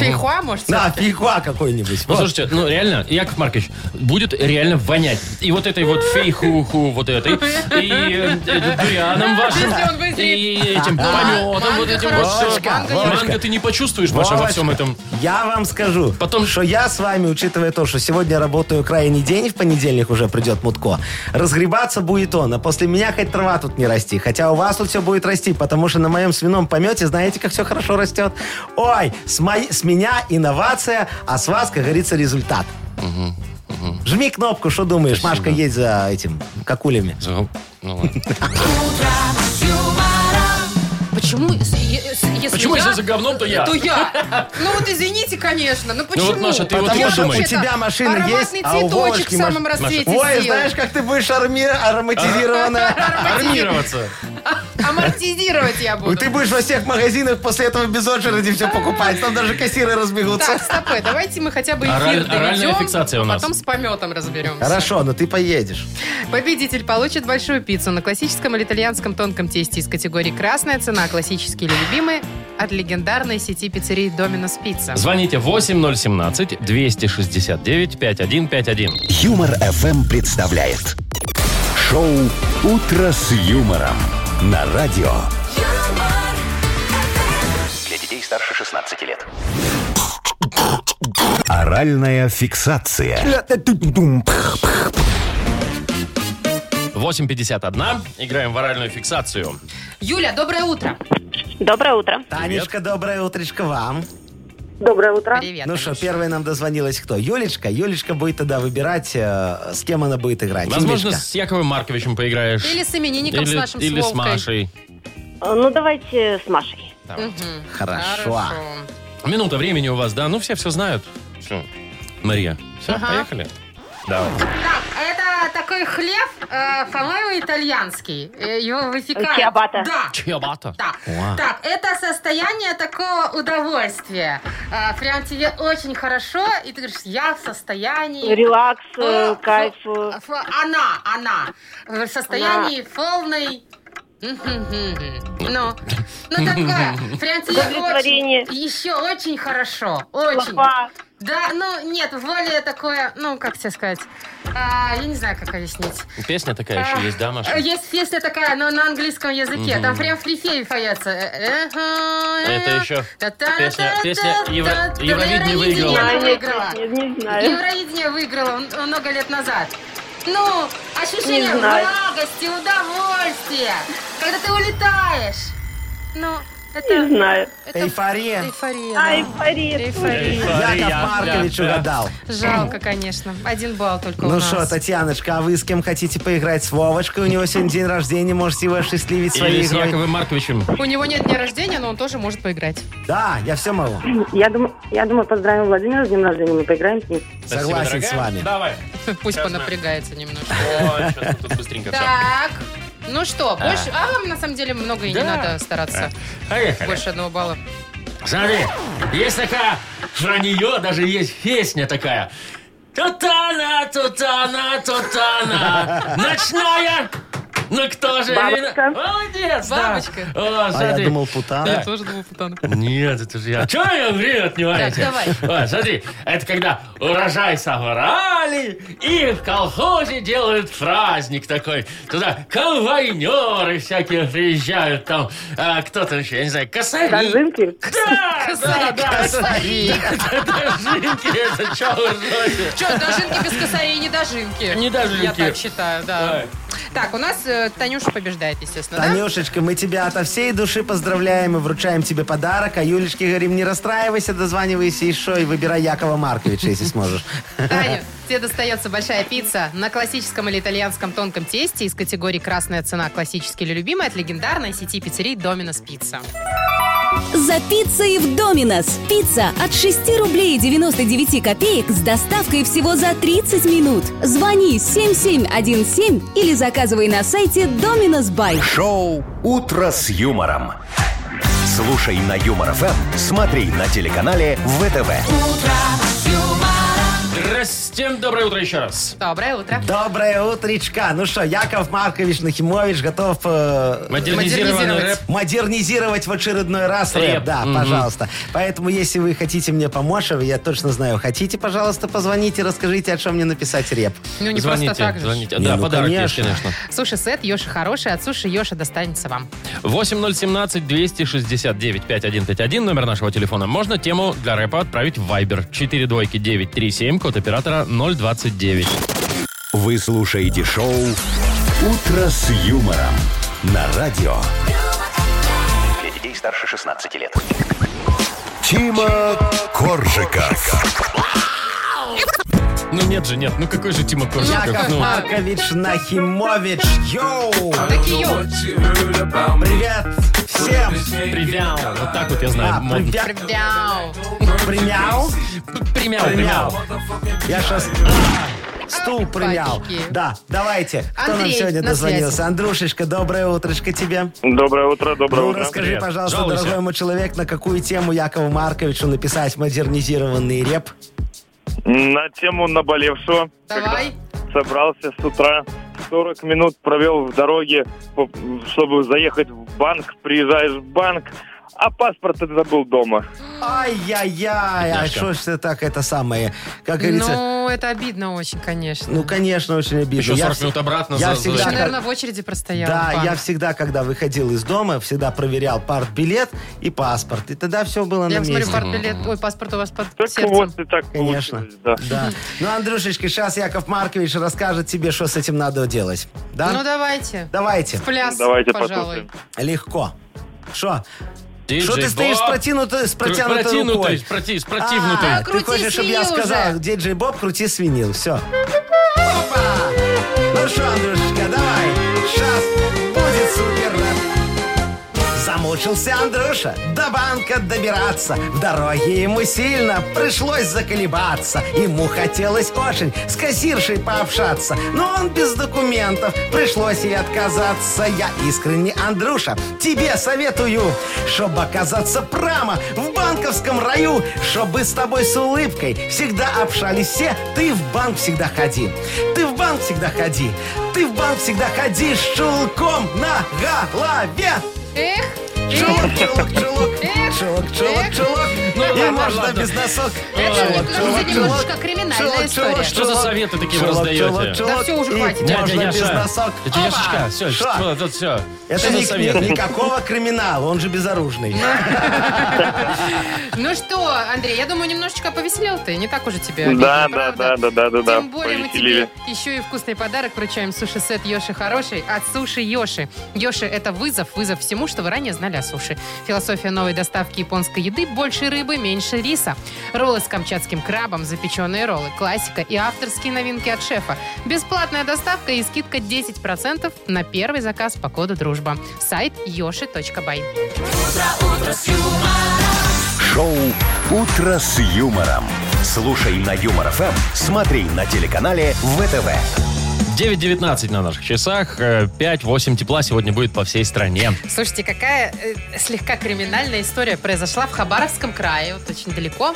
Speaker 4: Ты хуа, может?
Speaker 3: Да, фейхуа какой-нибудь.
Speaker 2: Ну,
Speaker 3: Вот.
Speaker 2: слушайте, ну реально, Яков Маркович, будет реально вонять. И вот этой вот фейхуху, вот этой, и э, э, дурианом вашим,
Speaker 4: Если он вызреет.
Speaker 2: и этим пометом,
Speaker 4: манго
Speaker 2: вот этим вот
Speaker 4: хорошо,
Speaker 2: всё.
Speaker 4: манго
Speaker 2: Манго
Speaker 3: Вовочка.
Speaker 2: ты не почувствуешь, Маша, во
Speaker 3: Вовочка,
Speaker 2: всем этом.
Speaker 3: Я вам скажу,
Speaker 2: Потом-
Speaker 3: что я с вами, учитывая то, что сегодня я работаю крайний день, в понедельник уже придет Мутко, разгребаться будет он, а после меня хоть трава тут не расти. Хотя у вас тут все будет расти, потому что на моем свином помете, знаете, как все хорошо растет? Ой, с, моей- с меня инновация, а с вас, как говорится, результат. Жми кнопку, что думаешь? Машка едь за этим, какулями.
Speaker 2: Ну ладно.
Speaker 4: Почему, э, с- е- с- если
Speaker 2: Почему,
Speaker 4: я,
Speaker 2: если за говном, то я?
Speaker 4: То я. Ну вот извините, конечно. Ну почему?
Speaker 2: вот, Маша, ты вот
Speaker 3: Потому
Speaker 2: не
Speaker 3: что у
Speaker 2: думай.
Speaker 3: тебя машина есть,
Speaker 4: Ароматный
Speaker 3: а у
Speaker 4: цветочек
Speaker 3: Вовочки
Speaker 4: в самом
Speaker 3: маш-
Speaker 4: расцвете
Speaker 3: Ой,
Speaker 4: сделал.
Speaker 3: знаешь, как ты будешь арми- ароматизированная.
Speaker 2: Армироваться.
Speaker 4: Амортизировать я буду.
Speaker 3: Ну, Ты будешь во всех магазинах после этого без очереди все покупать. Там даже кассиры разбегутся.
Speaker 4: Так, стопэ, давайте мы хотя бы эфир
Speaker 2: А Ораль-
Speaker 4: доведем,
Speaker 2: оральная фиксация у нас.
Speaker 4: Потом с пометом разберемся.
Speaker 3: Хорошо,
Speaker 2: ну
Speaker 3: но ты поедешь.
Speaker 4: Победитель получит большую пиццу на классическом или итальянском тонком тесте из категории «Красная цена», «Классические или любимые» от легендарной сети пиццерий «Доминос Пицца».
Speaker 2: Звоните 8017-269-5151.
Speaker 1: Юмор FM представляет шоу Утро с юмором на радио.
Speaker 6: Для детей старше 16 лет.
Speaker 1: Оральная фиксация.
Speaker 2: 8.51. Играем в оральную фиксацию.
Speaker 4: Юля, доброе утро.
Speaker 8: Доброе утро.
Speaker 3: Танечка, доброе утречко вам.
Speaker 8: Доброе утро.
Speaker 4: Привет.
Speaker 3: Ну что, первая нам дозвонилась кто? Юлечка? Юлечка будет тогда выбирать, э, с кем она будет играть.
Speaker 2: Возможно,
Speaker 3: Юлечка.
Speaker 2: с Яковым Марковичем поиграешь.
Speaker 4: Или с именинником с
Speaker 2: Или-
Speaker 4: нашим
Speaker 2: или с
Speaker 4: Вовкой.
Speaker 2: Машей.
Speaker 8: Ну, давайте с Машей.
Speaker 3: Хорошо.
Speaker 2: Минута времени у вас, да? Ну, все все знают. Всё. Мария, все, поехали. Давай.
Speaker 4: Так, это такой хлеб, э, по-моему, итальянский. Э, Его выпекают.
Speaker 8: Чиабатта.
Speaker 4: Да.
Speaker 2: Чиабатта.
Speaker 4: Да. Так, это состояние такого удовольствия. Э, Прям тебе очень хорошо, и ты говоришь, я в состоянии...
Speaker 8: Релакс,
Speaker 4: Э,
Speaker 8: э, кайф. э.
Speaker 4: А, ф- ф- Она, она. В состоянии полной... Мгм-гм. Ну, ну такое, прям тебе
Speaker 8: Удовлетворение.
Speaker 4: очень, еще очень хорошо, очень.
Speaker 8: Лапа.
Speaker 4: Да, ну нет, более такое, ну как тебе сказать, А, я не знаю, как объяснить.
Speaker 2: Песня такая
Speaker 4: А,
Speaker 2: еще есть, да, Маша?
Speaker 4: э, Есть песня такая, но на английском языке. Там прям в припеве поется. Это
Speaker 2: Это еще песня- песня Евро- Евровидение выиграла.
Speaker 8: А, нет,
Speaker 4: выиграла.
Speaker 8: нет, не знаю.
Speaker 4: Евровидение выиграла м- много лет назад. Ну, ощущение
Speaker 8: Не знаю.
Speaker 4: благости, удовольствия, когда ты улетаешь. Ну,
Speaker 8: Не
Speaker 4: это...
Speaker 8: знаю.
Speaker 4: это
Speaker 3: Эйфория.
Speaker 4: Эйфория. да.
Speaker 8: Ай, Фарид.
Speaker 4: Эйфория.
Speaker 3: Яков
Speaker 2: Мария,
Speaker 3: Маркович
Speaker 2: да, да.
Speaker 3: угадал.
Speaker 4: Жалко, конечно. Один балл только у
Speaker 3: Ну
Speaker 4: нас.
Speaker 3: что, Татьяночка, а вы с кем хотите поиграть? С Вовочкой? У него сегодня день рождения, можете его осчастливить
Speaker 2: Или
Speaker 3: своей
Speaker 2: с
Speaker 3: игрой.
Speaker 2: Яковым Марковичем.
Speaker 4: У него нет дня рождения, но он тоже может поиграть.
Speaker 3: Да, я все могу.
Speaker 8: Я думаю, я думаю, поздравим Владимира с днем рождения, мы поиграем с ним.
Speaker 2: Спасибо,
Speaker 3: Согласен
Speaker 2: дорогая.
Speaker 3: с вами.
Speaker 2: Давай.
Speaker 4: Пусть
Speaker 2: Сейчас мы-
Speaker 4: понапрягается немножко.
Speaker 2: Ой, чё-то тут быстренько всё.
Speaker 4: Так. Ну что, больше... А вам, на самом деле, много и не
Speaker 2: Да. А,
Speaker 4: надо стараться.
Speaker 2: Поехали.
Speaker 4: Больше одного балла.
Speaker 2: Смотри, есть такая, про нее даже есть песня такая. Тутана, тутана, тутана, ночная Ну кто же?
Speaker 8: Бабочка.
Speaker 2: вина- Молодец, да.
Speaker 4: Бабочка.
Speaker 2: О,
Speaker 3: А я
Speaker 2: смотри.
Speaker 3: думал, путан.
Speaker 4: Я тоже думала, путан.
Speaker 2: Нет, это же я. Чего я время отнимаете?
Speaker 4: Так,
Speaker 2: А, смотри, это когда урожай собрали, и в колхозе делают праздник такой. Туда комбайнеры всякие приезжают, там а, кто-то еще, я не знаю, косари.
Speaker 8: Корзинки?
Speaker 2: Да, да,
Speaker 4: Косари,
Speaker 2: да,
Speaker 4: косари.
Speaker 2: это жинки, это чё вы жжёте?
Speaker 4: Че, дожинки без косарей не дожинки.
Speaker 2: Не дожинки.
Speaker 4: Я так считаю, да.
Speaker 2: Ай.
Speaker 4: Так, у нас э, Танюша побеждает, естественно, да?
Speaker 3: Танюшечка, мы тебя ото всей души поздравляем и вручаем тебе подарок. А Юлечке говорим, не расстраивайся, дозванивайся еще и выбирай Якова Марковича, если сможешь.
Speaker 4: Таня, тебе достается большая пицца на классическом или итальянском тонком тесте из категории «Красная цена. Классический или любимый» от легендарной сети пиццерий «Доминос Пицца».
Speaker 7: За пиццей в Доминос. Пицца от 6 рублей 99 копеек с доставкой всего за 30 минут. Звони 7717 или заказывай на сайте Domino's Бай.
Speaker 1: Шоу «Утро с юмором». Слушай на Юмор ФМ, смотри на телеканале ВТВ.
Speaker 2: Здрасте, доброе утро еще раз.
Speaker 4: Доброе утро.
Speaker 3: Доброе утречка. Ну что, Яков Маркович Нахимович готов э,
Speaker 2: Модернизированный рэп.
Speaker 4: Модернизировать.
Speaker 3: модернизировать в очередной раз рэп.
Speaker 2: Рэп.
Speaker 3: Да,
Speaker 2: Мгм.
Speaker 3: пожалуйста. Поэтому, если вы хотите мне помочь, а я точно знаю, хотите, пожалуйста, позвоните, расскажите, о чем мне написать реп.
Speaker 4: Ну, не
Speaker 2: звоните,
Speaker 4: просто так же.
Speaker 2: звоните.
Speaker 3: Не,
Speaker 2: да,
Speaker 3: ну,
Speaker 2: подарок есть,
Speaker 3: конечно.
Speaker 2: конечно.
Speaker 4: Суши-сет Йоши хороший, от суши Йоши достанется вам.
Speaker 2: 8017-269-5151, номер нашего телефона. Можно тему для рэпа отправить в Viber. 4 двойки 937, код оператора 029.
Speaker 1: Вы слушаете шоу «Утро с юмором» на радио.
Speaker 6: Для детей старше 16 лет.
Speaker 1: Тима Коржика.
Speaker 2: Ну нет же, нет. Ну какой же Тима Коржиков?
Speaker 3: Яков
Speaker 2: Ну,
Speaker 3: Маркович Нахимович, йоу!
Speaker 4: Такие
Speaker 3: Привет всем!
Speaker 2: привял. Вот так вот я знаю.
Speaker 3: А,
Speaker 2: модно.
Speaker 3: привет,
Speaker 4: Мяу.
Speaker 3: примял,
Speaker 2: Примял,
Speaker 3: примял.
Speaker 2: примял.
Speaker 3: Я сейчас стул
Speaker 4: Ай,
Speaker 3: примял.
Speaker 4: А, пальчики.
Speaker 3: Да, давайте. Кто нам
Speaker 4: Андрей
Speaker 3: сегодня
Speaker 4: на связи.
Speaker 3: дозвонился? Андрюшечка, доброе утречко тебе.
Speaker 5: Доброе утро, доброе
Speaker 3: Ну,
Speaker 5: утро.
Speaker 3: расскажи,
Speaker 2: Привет.
Speaker 3: пожалуйста,
Speaker 2: Жалуйся.
Speaker 3: дорогой мой человек, на какую тему Якову Марковичу написать модернизированный реп?
Speaker 5: На тему наболевшего.
Speaker 4: Давай.
Speaker 5: Когда собрался с утра, 40 минут провел в дороге, по- чтобы заехать в банк. Приезжаешь в банк, а паспорт ты забыл дома.
Speaker 3: Ай-яй-яй, а
Speaker 2: Бедняжка.
Speaker 3: что ж ты так, это самое, как говорится...
Speaker 4: Ну, это обидно очень, конечно.
Speaker 3: Ну, конечно, очень обидно.
Speaker 2: Еще 40
Speaker 3: вс-
Speaker 2: минут обратно
Speaker 3: я
Speaker 2: за-
Speaker 3: всегда-
Speaker 4: Ты
Speaker 2: за-
Speaker 3: да,
Speaker 4: же, наверное, в очереди простоял.
Speaker 3: Да,
Speaker 4: Пам.
Speaker 3: я всегда, когда выходил из дома, всегда проверял партбилет и паспорт. И тогда все было
Speaker 4: Я
Speaker 3: на
Speaker 4: смотрю,
Speaker 3: месте.
Speaker 4: партбилет, ой, паспорт у вас под
Speaker 5: Так
Speaker 4: сердцем.
Speaker 5: вот и так
Speaker 3: Конечно.
Speaker 5: получилось. Да.
Speaker 3: Да. Ну, Андрюшечка, сейчас Яков Маркович расскажет тебе, что с этим надо делать. Да?
Speaker 4: Ну, давайте.
Speaker 3: Давайте.
Speaker 4: Пляс,
Speaker 5: Ну, Давайте
Speaker 4: пожалуй.
Speaker 5: послушаем.
Speaker 3: Легко. Что?
Speaker 2: Диджей
Speaker 3: Что ты стоишь с
Speaker 2: Боб.
Speaker 3: протянутой, с протянутой
Speaker 2: Протянутой,
Speaker 3: рукой?
Speaker 2: с проти- с противнутой.
Speaker 3: А, ты
Speaker 4: Крути
Speaker 3: хочешь, чтобы я
Speaker 4: свинил
Speaker 3: сказал,
Speaker 4: уже.
Speaker 3: диджей Боб, крути свинил. Все. Опа! Ну что, Андрюшечка, давай. Сейчас будет супер Замучился Андрюша до банка добираться. В дороге ему сильно пришлось заколебаться. Ему хотелось очень с кассиршей пообщаться. Но он без документов, пришлось ей отказаться. Я искренне, Андрюша, тебе советую, чтобы оказаться прямо в банковском раю, чтобы с тобой с улыбкой всегда общались все. Ты в банк всегда ходи. Ты в банк всегда ходи. Ты в банк всегда ходи с чулком на голове.
Speaker 4: Эх,
Speaker 3: Чулок, чулок, чулок.
Speaker 4: Эх,
Speaker 3: Чулок, чулок,
Speaker 4: эх.
Speaker 3: чулок.
Speaker 2: Ну,
Speaker 3: И
Speaker 2: ладно,
Speaker 3: можно
Speaker 2: ладно.
Speaker 3: без носок.
Speaker 4: Это
Speaker 3: Чулок,
Speaker 4: уже
Speaker 3: чулок,
Speaker 4: немножечко
Speaker 3: чулок.
Speaker 4: криминальная
Speaker 3: Чулок,
Speaker 4: история.
Speaker 3: чулок,
Speaker 2: Что за
Speaker 3: чулок.
Speaker 2: советы такие вы
Speaker 3: Чулок,
Speaker 2: раздаете?
Speaker 3: чулок, чулок.
Speaker 4: Да всё уже
Speaker 3: И
Speaker 4: хватит.
Speaker 2: Дядя
Speaker 3: Можно без
Speaker 2: Яша,
Speaker 3: носок.
Speaker 2: дядя
Speaker 3: Опа!
Speaker 2: Яшечка, все,
Speaker 3: Шо?
Speaker 2: что, тут все.
Speaker 3: Это
Speaker 2: что за
Speaker 3: ни-
Speaker 2: совет?
Speaker 3: ни- никакого криминала, он же безоружный.
Speaker 4: ну что, Андрей, я думаю, немножечко повеселил ты, не так уже тебе обидно,
Speaker 5: Да, да,
Speaker 4: правда?
Speaker 5: да, да, да, да, да.
Speaker 4: Тем более мы тебе еще и вкусный подарок вручаем суши-сет Йоши Хороший от Суши Йоши. Йоши – это вызов, вызов всему, что вы ранее знали о суши. Философия новой доставки японской еды – больше рыбы, меньше риса. Роллы с камчатским крабом, запеченные роллы, классика и авторские новинки от шефа. Бесплатная доставка и скидка 10% на первый заказ по коду «Дружба». Сайт yoshi.by.
Speaker 1: Шоу «Утро с Эм. юмором». Слушай на Юмор ФМ, смотри на телеканале ВТВ.
Speaker 2: 9.19 на наших часах, э, 5-8 тепла сегодня будет по всей стране.
Speaker 4: Слушайте, какая э, слегка криминальная история произошла в Хабаровском крае, вот очень далеко.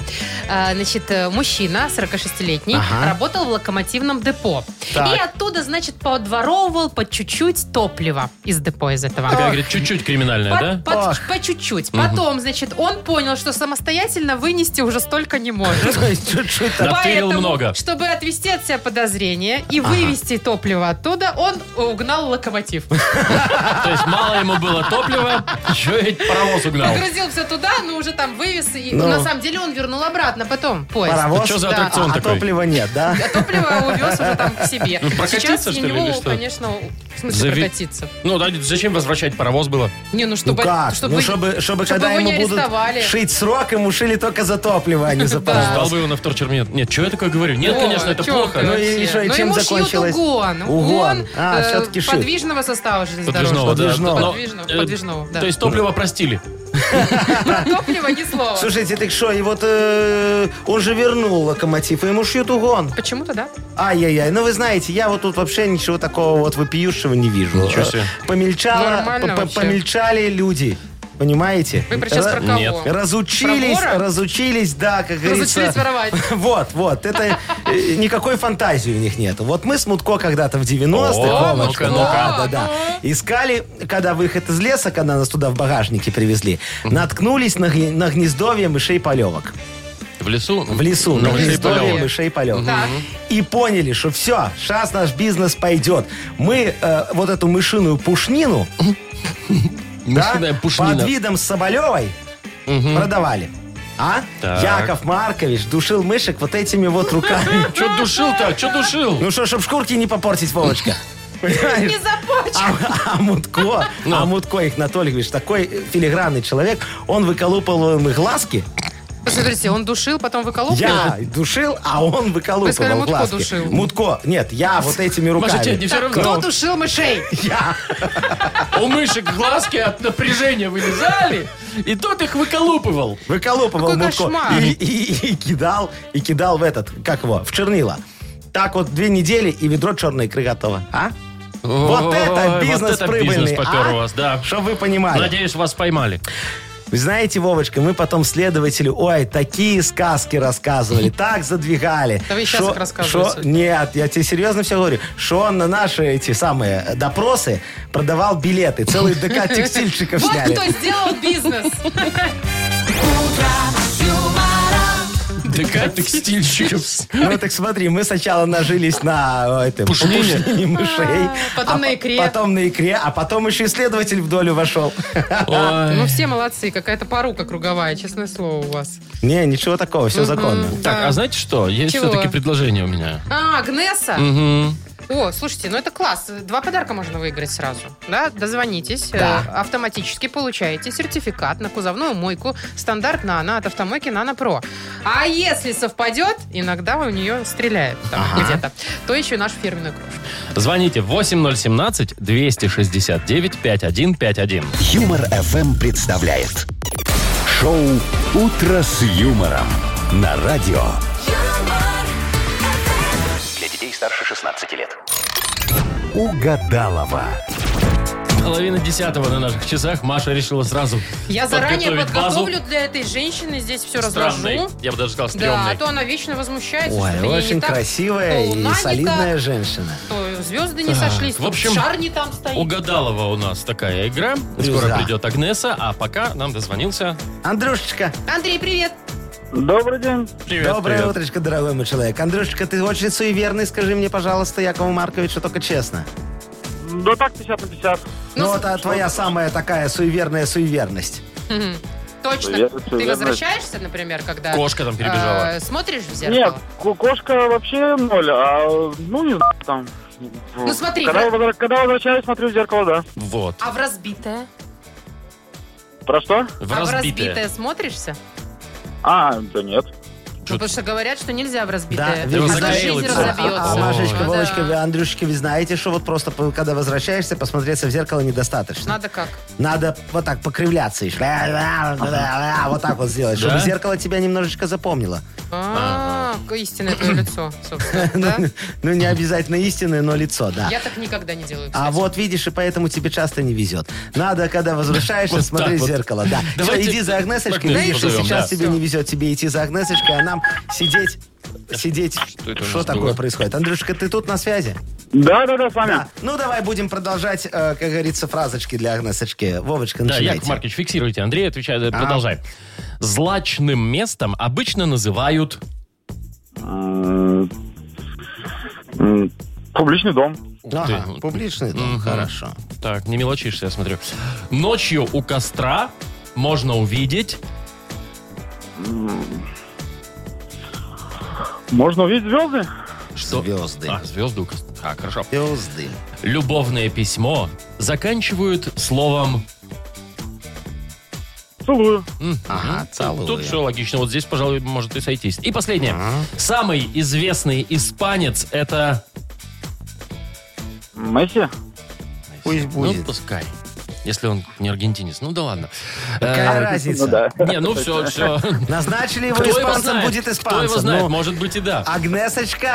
Speaker 4: Э, значит, э, мужчина, 46-летний,
Speaker 3: Ага.
Speaker 4: работал в локомотивном депо.
Speaker 3: Так.
Speaker 4: И оттуда, значит, подворовывал по чуть-чуть топливо из депо из этого.
Speaker 2: Такая, говорит, чуть-чуть криминальная,
Speaker 4: По-
Speaker 2: да?
Speaker 4: по-
Speaker 3: Ох.
Speaker 4: по чуть-чуть. Потом, значит, он понял, что самостоятельно вынести уже столько не может.
Speaker 3: То есть Чуть-чуть так.
Speaker 2: Натырил много.
Speaker 4: чтобы отвести от себя подозрения и вывести топливо оттуда, он угнал локомотив.
Speaker 2: То есть мало ему было топлива, еще и паровоз угнал.
Speaker 4: Погрузил все туда, но уже там вывез. И,
Speaker 3: Ну.
Speaker 4: на самом деле он вернул обратно потом поезд.
Speaker 3: Паровоз.
Speaker 2: Что за
Speaker 4: Да.
Speaker 2: аттракцион
Speaker 3: а
Speaker 2: такой?
Speaker 3: топлива нет, да?
Speaker 4: А топливо увез уже там к себе.
Speaker 2: Ну, прокатиться,
Speaker 4: Сейчас
Speaker 2: что
Speaker 4: для
Speaker 2: ли,
Speaker 4: него,
Speaker 2: или что?
Speaker 4: конечно, в смысле
Speaker 2: Зави-
Speaker 4: прокатиться.
Speaker 2: Ну, да, зачем возвращать паровоз было?
Speaker 4: Не, ну
Speaker 3: Ну
Speaker 4: чтобы...
Speaker 3: как? Ну, чтобы, чтобы когда
Speaker 4: его
Speaker 3: ему
Speaker 4: не
Speaker 3: будут
Speaker 4: арестовали.
Speaker 3: шить срок, ему шили только за топливо, а не за
Speaker 4: Да.
Speaker 3: паровоз.
Speaker 2: Сдал бы его на вторчерминет. Нет, что я такое говорю? Нет,
Speaker 4: О,
Speaker 2: конечно, это
Speaker 4: чё
Speaker 2: плохо.
Speaker 4: ты
Speaker 3: Ну и
Speaker 4: вообще?
Speaker 3: что, и
Speaker 4: Ну,
Speaker 3: чем
Speaker 4: ему
Speaker 3: закончилось?
Speaker 4: шьют угон.
Speaker 3: Угон.
Speaker 4: Угон,
Speaker 3: А,
Speaker 4: э,
Speaker 3: всё-таки шьют.
Speaker 4: подвижного состава железнодорожного.
Speaker 2: Подвижного, да. Но,
Speaker 3: Подвижного.
Speaker 4: Подвижного,
Speaker 2: э,
Speaker 4: подвижного, да.
Speaker 2: То есть топливо простили.
Speaker 4: Топливо ни слова.
Speaker 3: Слушайте, так что, и вот э, он же вернул локомотив, и ему шьют угон.
Speaker 4: Почему-то, да?
Speaker 3: Ай-яй-яй, ну вы знаете, я вот тут вообще ничего такого вот вопиющего не вижу.
Speaker 2: Ничего себе.
Speaker 3: Помельчало,
Speaker 4: Нормально
Speaker 3: по- по-
Speaker 4: вообще.
Speaker 3: помельчали люди, понимаете?
Speaker 4: Вы сейчас
Speaker 3: Ра-
Speaker 4: про кого?
Speaker 2: Нет.
Speaker 3: Разучились,
Speaker 4: Про вора?
Speaker 3: разучились, да, как говорится.
Speaker 4: Разучились воровать.
Speaker 3: Вот, вот, это э, никакой фантазии у них нету. Вот мы с Мутко когда-то в 90-х,
Speaker 2: О,
Speaker 3: Вовочка,
Speaker 2: ну-ка,
Speaker 3: да,
Speaker 2: ну-ка.
Speaker 3: да, да, искали, когда выход из леса, когда нас туда в багажнике привезли, наткнулись на, гни- на гнездовье мышей-полевок.
Speaker 2: В лесу? ну,
Speaker 3: В лесу,
Speaker 2: На
Speaker 3: на
Speaker 2: мышей
Speaker 3: гнездовье
Speaker 2: полёвок.
Speaker 3: мышей полет.
Speaker 4: Так.
Speaker 3: И поняли, что все, сейчас наш бизнес пойдет. Мы э, вот эту мышиную пушнину да,
Speaker 2: Мышиная пушнина.
Speaker 3: под видом Соболевой продавали. А?
Speaker 2: Так.
Speaker 3: Яков Маркович душил мышек вот этими вот руками.
Speaker 2: Че душил-то? Че душил?
Speaker 3: Ну что, чтоб шкурки не попортить, Вовочка. Понимаешь?
Speaker 4: Не започь.
Speaker 3: А, а Мутко,
Speaker 2: Ну.
Speaker 3: а Мутко их Анатолий говоришь, такой филигранный человек, он выколупал им их глазки.
Speaker 4: Посмотрите, он душил, потом выколупал.
Speaker 3: Я душил, а он
Speaker 4: Вы сказали,
Speaker 3: выколупывал
Speaker 4: Мутко
Speaker 3: глазки.
Speaker 4: душил.
Speaker 3: Мутко, нет, я вот этими руками.
Speaker 2: Маша, тебе не все
Speaker 4: Так кто
Speaker 2: равно?
Speaker 4: душил мышей?
Speaker 3: Я.
Speaker 2: А У мышек глазки от напряжения вылезали, и тот их выколупывал.
Speaker 3: Выколупывал
Speaker 4: Какой
Speaker 3: мутко
Speaker 4: кошмар.
Speaker 3: и, и- и кидал, и кидал в этот, как его, в чернила. Так вот две недели и ведро черной икры готово, а? Вот
Speaker 2: Ой,
Speaker 3: это
Speaker 2: вот
Speaker 3: бизнес
Speaker 2: это
Speaker 3: прибыльный,
Speaker 2: бизнес попер
Speaker 3: а?
Speaker 2: у вас, да.
Speaker 3: Чтоб вы понимали.
Speaker 2: Надеюсь, вас поймали.
Speaker 3: Вы знаете, Вовочка, мы потом следователю, ой, такие сказки рассказывали, так задвигали.
Speaker 4: Да вы и щас
Speaker 3: Шо-
Speaker 4: их рассказываете.
Speaker 3: шо- Нет, я тебе серьезно все говорю, что он на наши эти самые э, допросы продавал билеты, целый ДК текстильщиков
Speaker 4: Вот
Speaker 3: сняли.
Speaker 4: кто сделал бизнес.
Speaker 2: ДК текстильщиков.
Speaker 3: Ну так смотри, мы сначала нажились на э, этом,
Speaker 2: Пушнине.
Speaker 3: пушнине мышей.
Speaker 4: Потом
Speaker 3: а
Speaker 4: на
Speaker 3: по-
Speaker 4: икре.
Speaker 3: Потом на икре, а потом еще и следователь в долю вошел. А,
Speaker 4: Ну все молодцы, какая-то порука круговая, честное слово у вас.
Speaker 3: Не, ничего такого, все законно.
Speaker 2: Так, а знаете что? Есть
Speaker 4: Чего?
Speaker 2: все-таки предложение у меня.
Speaker 4: А, Агнеса? О, слушайте, ну это класс. Два подарка можно выиграть сразу. Да, дозвонитесь.
Speaker 3: Да.
Speaker 4: Э, Автоматически получаете сертификат на кузовную мойку стандарт «Нано» от автомойки «Нано Про». А если совпадет, иногда у нее стреляет там где-то, то еще и нашу фирменную кружку.
Speaker 2: Звоните 8017-269-5151.
Speaker 1: Юмор FM представляет шоу Утро с юмором на радио.
Speaker 6: Для детей старше 16 лет.
Speaker 1: Угадалова.
Speaker 2: Половина десятого на наших часах. Маша решила сразу
Speaker 4: Я заранее
Speaker 2: подготовить
Speaker 4: подготовлю
Speaker 2: базу.
Speaker 4: для этой женщины, здесь все
Speaker 2: Странный.
Speaker 4: разложу.
Speaker 2: Я бы даже сказал,
Speaker 4: Да,
Speaker 2: стрёмный.
Speaker 4: а то она вечно возмущается,
Speaker 3: Ой,
Speaker 4: что-то ей не
Speaker 3: очень
Speaker 4: так,
Speaker 3: красивая
Speaker 4: то луна
Speaker 3: и
Speaker 4: не
Speaker 3: солидная женщина.
Speaker 4: так, то звезды не сошлись,
Speaker 2: в
Speaker 4: то
Speaker 2: общем,
Speaker 4: шар не там стоит.
Speaker 2: Угадалова у нас такая игра. Скоро
Speaker 3: Юза.
Speaker 2: придет Агнеса, а пока нам дозвонился.
Speaker 3: Андрюшечка,
Speaker 4: Андрей, привет!
Speaker 5: Добрый день.
Speaker 2: Привет,
Speaker 3: доброе
Speaker 2: привет.
Speaker 3: утречко, дорогой мой человек. Андрюшечка, ты очень суеверный, скажи мне, пожалуйста, Якову Марковичу, только честно.
Speaker 5: Да так 50 на 50.
Speaker 3: Ну,
Speaker 4: Ну,
Speaker 3: вот а твоя самая такая суеверная суеверность.
Speaker 4: Мгм. Точно.
Speaker 5: Я-
Speaker 4: Ты
Speaker 5: я-
Speaker 4: возвращаешься, например, когда...
Speaker 2: Кошка там перебежала.
Speaker 4: э, смотришь в
Speaker 5: Нет,
Speaker 4: зеркало?
Speaker 5: ку- кошка вообще ноль, а ну не знаю там. Ну
Speaker 4: смотри,
Speaker 5: Когда,
Speaker 4: вы-
Speaker 5: возра- когда возвращаюсь, смотрю в зеркало, да.
Speaker 2: Вот.
Speaker 4: А в разбитое?
Speaker 5: Про что?
Speaker 2: В
Speaker 4: а в
Speaker 2: а разбитое.
Speaker 4: разбитое смотришься?
Speaker 5: А, да нет.
Speaker 4: Ну,
Speaker 2: Чё
Speaker 4: потому
Speaker 2: ты-
Speaker 4: что говорят, что нельзя в
Speaker 3: Да,
Speaker 4: разбитое.
Speaker 3: вы
Speaker 2: его
Speaker 4: а то
Speaker 3: знаете-
Speaker 4: жизнь
Speaker 2: загорелось.
Speaker 4: разобьется. Ну
Speaker 3: А, а, Машечка,
Speaker 4: Да.
Speaker 3: Вовочка, вы, Андрюшечка, вы знаете, что вот просто по- когда возвращаешься, посмотреться в зеркало недостаточно.
Speaker 4: Надо как?
Speaker 3: Надо вот так покривляться еще. Вот так вот сделать, чтобы
Speaker 2: Да?
Speaker 3: зеркало тебя немножечко запомнило.
Speaker 4: А, какое истинное твое лицо, собственно, да?
Speaker 3: Ну, не обязательно истинное, но лицо, да.
Speaker 4: Я так никогда не делаю,
Speaker 3: А
Speaker 4: кстати.
Speaker 3: вот видишь, и поэтому тебе часто не везет. Надо, когда возвращаешься,
Speaker 2: Вот
Speaker 3: смотри
Speaker 2: так
Speaker 3: в
Speaker 2: вот.
Speaker 3: зеркало. Да. Все,
Speaker 2: Давайте
Speaker 3: иди за Агнесочкой,
Speaker 2: Агнесу
Speaker 3: видишь, и
Speaker 2: позовем,
Speaker 3: сейчас
Speaker 2: да.
Speaker 3: тебе не везет. Тебе идти за Агнесочкой, а нам сидеть... Сидеть.
Speaker 2: это у нас
Speaker 3: Что
Speaker 2: было?
Speaker 3: такое происходит? Андрюшка, ты тут на связи?
Speaker 5: Да, да, да, с вами.
Speaker 3: Да. Ну, давай будем продолжать, э, как говорится, фразочки для Агнесочки. Вовочка,
Speaker 2: Да,
Speaker 3: начинайте. А.
Speaker 2: Яков Маркович, фиксируйте. Андрей отвечает, э, продолжай. Злачным местом обычно называют...
Speaker 5: М, Публичный дом.
Speaker 3: Ага,
Speaker 2: Ты-
Speaker 3: публичный дом,
Speaker 2: Мгм.
Speaker 3: хорошо.
Speaker 2: Так, не мелочишься, я смотрю. Ночью у костра можно увидеть...
Speaker 5: Можно увидеть звезды?
Speaker 2: Что?
Speaker 3: Звезды.
Speaker 2: А, звезду. у костра. А, хорошо.
Speaker 3: Звезды.
Speaker 2: Любовное письмо заканчивают словом...
Speaker 5: Целую.
Speaker 2: М,
Speaker 3: Ага, целую.
Speaker 2: Тут все логично. Вот здесь, пожалуй, может и сойтись. И последнее.
Speaker 3: Ага.
Speaker 2: Самый известный испанец это...
Speaker 5: Месси?
Speaker 3: Пусть
Speaker 2: Ну,
Speaker 3: будет.
Speaker 2: пускай. Если он не аргентинец. Ну, да ладно.
Speaker 3: Какая
Speaker 2: Э,
Speaker 3: разница?
Speaker 2: Не, ну все, все.
Speaker 3: Назначили его
Speaker 2: Кто его
Speaker 3: испанцем,
Speaker 2: знает?
Speaker 3: будет испанцем.
Speaker 2: Кто его знает?
Speaker 3: Ну,
Speaker 2: Может быть и да.
Speaker 3: Агнесочка,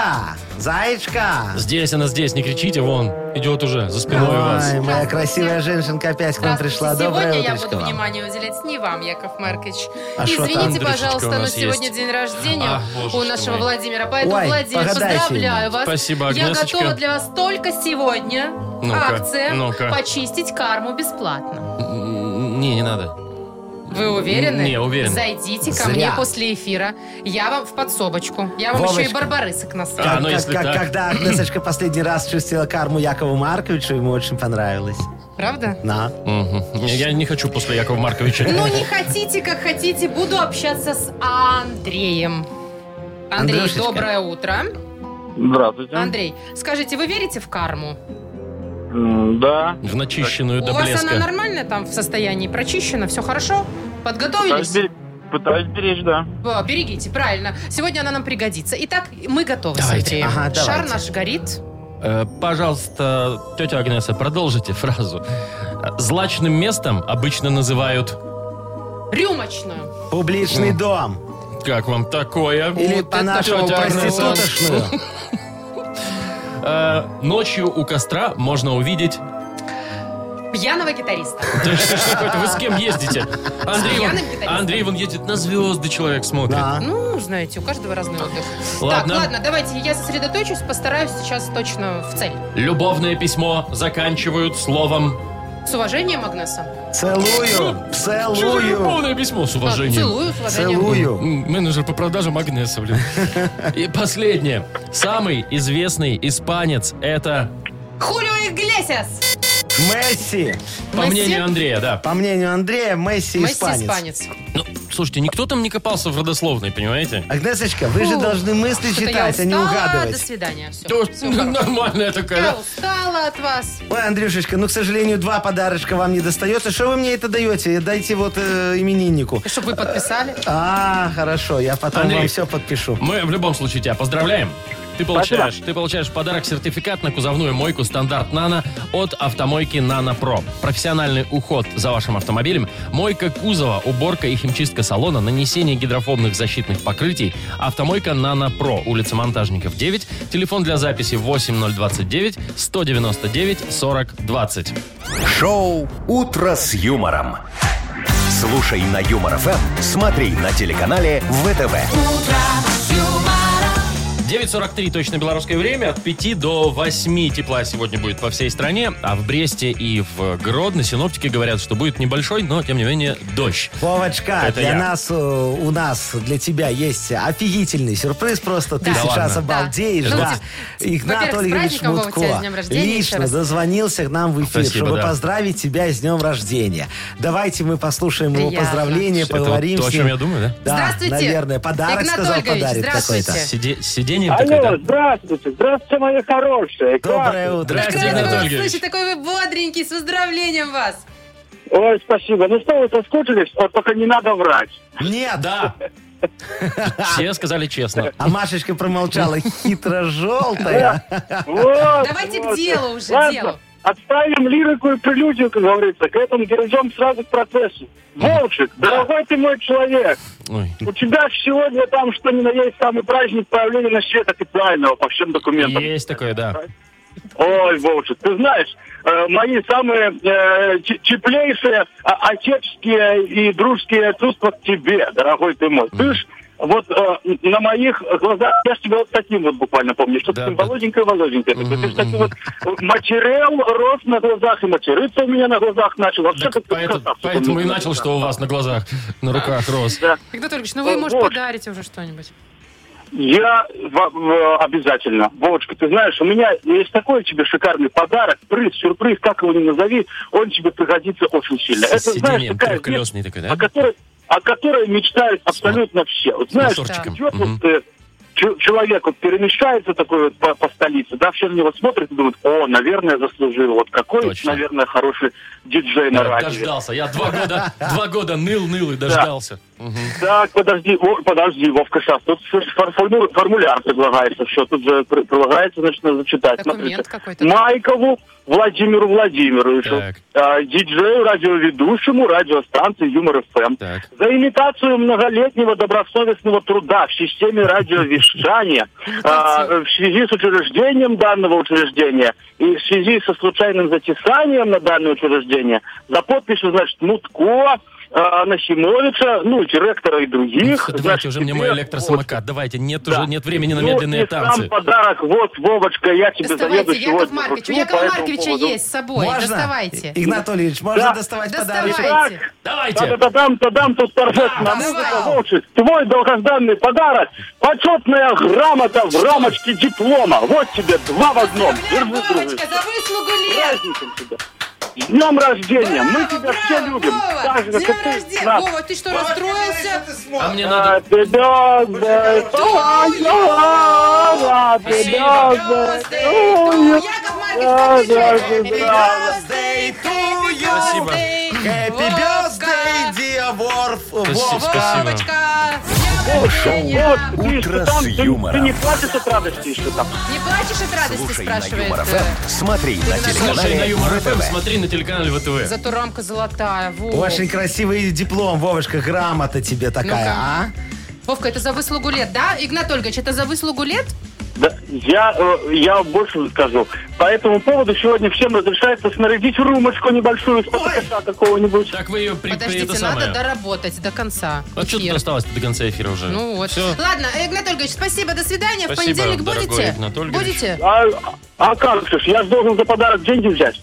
Speaker 3: Заячка.
Speaker 2: Здесь она, здесь, не кричите, вон, идет уже за спиной у вас.
Speaker 3: Ой, моя красивая женщинка опять к нам
Speaker 4: Здравствуйте.
Speaker 3: пришла. Доброе
Speaker 4: Сегодня я
Speaker 3: утречко
Speaker 4: буду
Speaker 3: вам.
Speaker 4: внимание уделять не вам, Яков Маркович.
Speaker 3: А шо там,
Speaker 4: Извините,
Speaker 2: Андрюшечка, у
Speaker 4: пожалуйста, но
Speaker 2: нас
Speaker 4: сегодня
Speaker 2: есть?
Speaker 4: день рождения
Speaker 2: Ах, божечки
Speaker 4: у нашего
Speaker 2: мои.
Speaker 4: Владимира. Поэтому,
Speaker 3: Ой,
Speaker 4: Владимир,
Speaker 3: погадайте
Speaker 4: поздравляю
Speaker 3: ему.
Speaker 4: вас.
Speaker 2: Спасибо,
Speaker 4: Я
Speaker 2: Агнесочка.
Speaker 4: готова для вас только сегодня
Speaker 2: Ну-ка,
Speaker 4: акция
Speaker 2: ну-ка.
Speaker 4: «Почистить карму бесплатно».
Speaker 2: М, Не, не надо.
Speaker 4: Вы уверены?
Speaker 2: Не, уверен.
Speaker 4: Зайдите ко
Speaker 3: Зря.
Speaker 4: мне после эфира. Я вам в подсобочку. Я вам еще и
Speaker 3: Вовочка.
Speaker 4: барбарысок насыплю.
Speaker 2: А, ну,
Speaker 3: Как-
Speaker 2: если
Speaker 3: как-
Speaker 2: так.
Speaker 3: Когда Агнесочка последний раз чистила карму Якову Марковичу, ему очень понравилось.
Speaker 4: Правда?
Speaker 3: На.
Speaker 2: Мгм. Не, Я не хочу после Якова Марковича.
Speaker 4: Ну, не хотите, как хотите. Буду общаться с Андреем. Андрей,
Speaker 3: Андрюшечка.
Speaker 4: доброе утро.
Speaker 5: Здравствуйте.
Speaker 4: Андрей, скажите, вы верите в карму?
Speaker 5: М, Да.
Speaker 2: В начищенную до
Speaker 4: У вас она
Speaker 2: блеска.
Speaker 4: нормальная там в состоянии, прочищена, все хорошо? Подготовились?
Speaker 5: Пытаюсь беречь, пытаюсь беречь, да.
Speaker 4: О, берегите, правильно. Сегодня она нам пригодится. Итак, мы готовы
Speaker 2: Давайте.
Speaker 4: с Андреем.
Speaker 3: Ага,
Speaker 4: Шар
Speaker 3: давайте.
Speaker 4: наш горит.
Speaker 2: Э, Пожалуйста, тетя Агнеса, продолжите фразу. Э, Злачным местом обычно называют...
Speaker 4: Рюмочную.
Speaker 3: Публичный дом.
Speaker 2: Как вам такое?
Speaker 3: Или
Speaker 2: Вот это
Speaker 3: по-нашему
Speaker 2: тетя Агнеса.
Speaker 3: проститутошную.
Speaker 2: Э, Ночью у костра можно увидеть...
Speaker 4: Пьяного гитариста.
Speaker 2: Да что ж такое-то, Вы с кем ездите? Андрей, вон-
Speaker 4: пьяным гитаристом.
Speaker 2: Андрей, вон едет на звезды, человек смотрит.
Speaker 3: Да.
Speaker 4: Ну, знаете, у каждого разный отдых.
Speaker 2: Ладно.
Speaker 4: Так, ладно, давайте я сосредоточусь, постараюсь сейчас точно в цель.
Speaker 2: Любовное письмо заканчивают словом...
Speaker 4: С уважением, Агнеса.
Speaker 3: Целую.
Speaker 2: Что за
Speaker 3: Целую.
Speaker 2: любовное письмо с
Speaker 4: Так,
Speaker 2: уважением?
Speaker 4: Целую, с уважением.
Speaker 3: Целую.
Speaker 2: М, Менеджер по продажам Агнеса, блин. И последнее. Самый известный испанец это,
Speaker 4: Хулио Иглесиас.
Speaker 3: Месси.
Speaker 2: по
Speaker 4: Месси?
Speaker 2: мнению Андрея, да.
Speaker 3: По мнению Андрея, Месси,
Speaker 4: Месси
Speaker 3: испанец.
Speaker 4: испанец.
Speaker 2: Ну, слушайте, никто там не копался в родословной, понимаете?
Speaker 3: Агнесочка, вы же
Speaker 4: Фу.
Speaker 3: должны мысли
Speaker 4: Что-то
Speaker 3: читать,
Speaker 4: я
Speaker 3: а не ну
Speaker 4: устала. До
Speaker 3: угадывать.
Speaker 4: свидания. Все.
Speaker 2: То, нормальная такая,
Speaker 4: Я
Speaker 2: да?
Speaker 4: устала от вас.
Speaker 3: Ой, Андрюшечка, ну, к сожалению, два подарочка вам не достается. Что вы мне это даете? Дайте вот э, имениннику.
Speaker 4: Чтобы вы подписали.
Speaker 3: А, хорошо, я потом
Speaker 2: Андрей.
Speaker 3: вам все подпишу.
Speaker 2: Мы в любом случае тебя поздравляем. Ты получаешь, ты получаешь в подарок сертификат на кузовную мойку стандарт «Нано» от автомойки «Нано Про». Профессиональный уход за вашим автомобилем, мойка кузова, уборка и химчистка салона, нанесение гидрофобных защитных покрытий, автомойка «Нано Про», улица Монтажников, 9, телефон для записи 8029-199-4020.
Speaker 1: Шоу «Утро с юмором». Слушай на Юмор ФМ, смотри на телеканале ВТВ.
Speaker 2: 9.43 точно белорусское время. От 5 до 8 тепла сегодня будет по всей стране. А в Бресте и в Гродно синоптики говорят, что будет небольшой, но, тем не менее, дождь.
Speaker 3: Вовочка,
Speaker 2: Это
Speaker 3: для
Speaker 2: я.
Speaker 3: нас, э, у нас, для тебя есть офигительный сюрприз. Просто ты
Speaker 4: Да
Speaker 3: сейчас
Speaker 2: ладно?
Speaker 3: обалдеешь,
Speaker 4: Да.
Speaker 3: да.
Speaker 4: Ну, ти-
Speaker 3: Игнат
Speaker 4: во-первых, с
Speaker 3: Ольгович
Speaker 4: праздником, Вова, тебя с
Speaker 3: Мутко
Speaker 4: днем рождения еще
Speaker 3: лично
Speaker 4: раз.
Speaker 3: дозвонился к нам в эфир,
Speaker 2: Спасибо,
Speaker 3: чтобы
Speaker 2: да.
Speaker 3: поздравить тебя с днем рождения. Давайте мы послушаем его
Speaker 4: Приятно.
Speaker 3: поздравления,
Speaker 2: Это вот
Speaker 3: поговорим
Speaker 2: то, о
Speaker 3: с ним.
Speaker 2: чем я думаю, да?
Speaker 3: Да,
Speaker 4: Здравствуйте.
Speaker 3: наверное, подарок
Speaker 4: Игнат
Speaker 3: сказал,
Speaker 4: Ольгович,
Speaker 3: подарит
Speaker 4: здравствуйте.
Speaker 3: какой-то.
Speaker 2: Сиде- сиденье такое,
Speaker 5: Алло,
Speaker 2: да?
Speaker 5: здравствуйте, здравствуйте, мои хорошие.
Speaker 3: Доброе
Speaker 5: Как?
Speaker 3: утро.
Speaker 2: Здравствуйте,
Speaker 4: Прекрасно
Speaker 2: Игнат
Speaker 4: вас
Speaker 2: Ольгович.
Speaker 4: слышать, такой вы бодренький, с поздравлением вас.
Speaker 5: Ой, спасибо. Ну что, вы соскучились? Вот только не надо врать.
Speaker 3: Нет,
Speaker 2: Да, Все сказали честно.
Speaker 3: А Машечка промолчала. Хитро-желтая.
Speaker 5: Вот,
Speaker 4: Давайте к
Speaker 5: вот.
Speaker 4: делу уже,
Speaker 5: Ладно,
Speaker 4: делу.
Speaker 5: Отставим лирику и прелюдию, как говорится. К этому перейдем сразу к процессу. Вовчик, дорогой ты мой человек,
Speaker 2: Ой.
Speaker 5: у тебя ж сегодня там что ни на есть самый праздник появления на свет официального по всем документам.
Speaker 2: Есть такое, да.
Speaker 5: Ой, Вовчик, ты знаешь, э, мои самые э, ч- теплейшие а- отеческие и дружеские чувства к тебе, дорогой ты мой. Ты ж вот э, на моих глазах, я ж тебя вот таким вот буквально помню, что
Speaker 2: Да,
Speaker 5: таким
Speaker 2: да.
Speaker 5: молоденькая, молоденькая. Такой, Ты ж такой вот материал рос на глазах, и материться у меня на глазах начал. Вообще,
Speaker 2: Так
Speaker 5: как ты
Speaker 2: поэтому,
Speaker 5: красавчик.
Speaker 2: поэтому и начал, что у вас на глазах, на руках рос.
Speaker 5: Да.
Speaker 4: Когда только ну вы,
Speaker 5: Вот.
Speaker 4: может, подарите уже что-нибудь.
Speaker 5: Я в- в- обязательно. Вовочка, ты знаешь, у меня есть такой тебе шикарный подарок, приз, сюрприз, как его ни назови, он тебе пригодится очень сильно.
Speaker 2: С
Speaker 5: Это, знаешь,
Speaker 2: сиденьем
Speaker 5: такая вещь,
Speaker 2: трехколесный такой,
Speaker 5: о
Speaker 2: да?
Speaker 5: которой, о которой мечтают абсолютно все. Вот знаешь,
Speaker 2: моторчиком.
Speaker 5: идет вот,
Speaker 2: Мгм.
Speaker 5: э, чу- человек вот перемещается такой вот по, по столице, да, все на него смотрят и думают, о, наверное, заслужил. Вот какой,
Speaker 2: Точно.
Speaker 5: наверное, хороший диджей на
Speaker 2: Да,
Speaker 5: радио.
Speaker 2: Дождался. Я два года, два года ныл-ныл и дождался. Мгм.
Speaker 5: Так, подожди, Во- подожди, Вовка, сейчас. Тут фор- форму- формуляр предлагается, все. Тут же пр- предлагается, значит, надо зачитать. Смотрите.
Speaker 4: Документ какой-то.
Speaker 5: Майкову Владимиру Владимировичу,
Speaker 2: Так.
Speaker 5: э, диджею, радиоведущему радиостанции Юмор ФМ.
Speaker 2: Так.
Speaker 5: За имитацию многолетнего добросовестного труда в системе радиовещания э, в связи с учреждением данного учреждения и в связи со случайным затесанием на данное учреждение за подписью, значит, Мутко, э, Нахимовича, ну, и директора и других.
Speaker 2: Давайте
Speaker 5: значит,
Speaker 2: уже мне
Speaker 5: тебе
Speaker 2: мой
Speaker 5: вот
Speaker 2: электросамокат. Давайте, нет
Speaker 5: да.
Speaker 2: уже нет времени на
Speaker 5: Ну,
Speaker 2: медленные
Speaker 5: и
Speaker 2: танцы.
Speaker 5: сам подарок, вот, Вовочка, я тебе заеду
Speaker 4: Доставайте,
Speaker 5: сегодня.
Speaker 4: Яков Маркович. У
Speaker 5: вручную по
Speaker 4: Якова
Speaker 5: этому
Speaker 4: Марковича
Speaker 5: Ну, поводу.
Speaker 4: есть с собой.
Speaker 3: Можно?
Speaker 4: Доставайте.
Speaker 3: И- Игнатольевич, можно
Speaker 5: Да.
Speaker 3: доставать подарок?
Speaker 4: Доставайте.
Speaker 5: Итак,
Speaker 2: Давайте.
Speaker 5: Та-да-да-дам, та-дам, тут торжественно
Speaker 4: Да,
Speaker 5: музыка,
Speaker 4: давай.
Speaker 5: Вовчик. Твой долгожданный подарок, почетная грамота в рамочке диплома. Вот тебе два в одном.
Speaker 4: Поздравляю,
Speaker 5: Держи,
Speaker 4: Вовочка,
Speaker 5: дружище.
Speaker 4: за выслугу
Speaker 5: С
Speaker 4: лет!
Speaker 5: праздником тебя. С днем рождения! Мы тебя все любим.
Speaker 4: Вова!
Speaker 5: Так же,
Speaker 4: С днем
Speaker 5: как ты
Speaker 4: рождения!
Speaker 5: нас.
Speaker 4: Вова, ты что, расстроился?
Speaker 2: А мне надо...
Speaker 5: Happy birthday to you. Happy birthday to you.
Speaker 4: Яков Маркович,
Speaker 5: Да, да,
Speaker 4: поддержи.
Speaker 5: да,
Speaker 4: Happy birthday,
Speaker 2: Спасибо.
Speaker 4: birthday,
Speaker 3: Happy birthday, dear Worf-
Speaker 2: Спасибо,
Speaker 3: Вовка.
Speaker 2: спасибо.
Speaker 4: Вовочка! С днем
Speaker 1: Шоу
Speaker 4: рождения!
Speaker 1: «Утро с
Speaker 5: Ты не
Speaker 1: юмором».
Speaker 5: плачешь от радости еще там?
Speaker 4: Не плачешь от радости,
Speaker 1: Слушай на
Speaker 4: спрашивает.
Speaker 1: Юмор
Speaker 4: э,
Speaker 1: ФМ, смотри на
Speaker 2: Слушай на
Speaker 1: телеканале
Speaker 2: Юмор ФМ,
Speaker 1: ВТВ.
Speaker 2: смотри на телеканале ВТВ.
Speaker 4: Зато рамка золотая. Вов.
Speaker 3: Очень красивый диплом, Вовочка, грамота тебе такая, а?
Speaker 4: Ну-ка. Вовка, это за выслугу лет, да? Игнат Ольгович, это за выслугу лет?
Speaker 5: Да, я, э, я больше скажу. По этому поводу сегодня всем разрешается снарядить румочку небольшую из потокоша какого-нибудь.
Speaker 2: Так вы ее при, при-
Speaker 4: Подождите,
Speaker 2: это
Speaker 4: надо
Speaker 2: самое.
Speaker 4: доработать до конца.
Speaker 2: А что тут
Speaker 4: Эфир.
Speaker 2: осталось до конца эфира уже?
Speaker 4: Ну вот.
Speaker 2: Все.
Speaker 4: Ладно, Игнат Ольгович, спасибо, до свидания.
Speaker 2: Спасибо,
Speaker 4: в понедельник
Speaker 2: дорогой
Speaker 4: будете?
Speaker 2: Игнат Ольгович.
Speaker 4: будете?
Speaker 5: А, а как же, ж, я же должен за подарок деньги взять.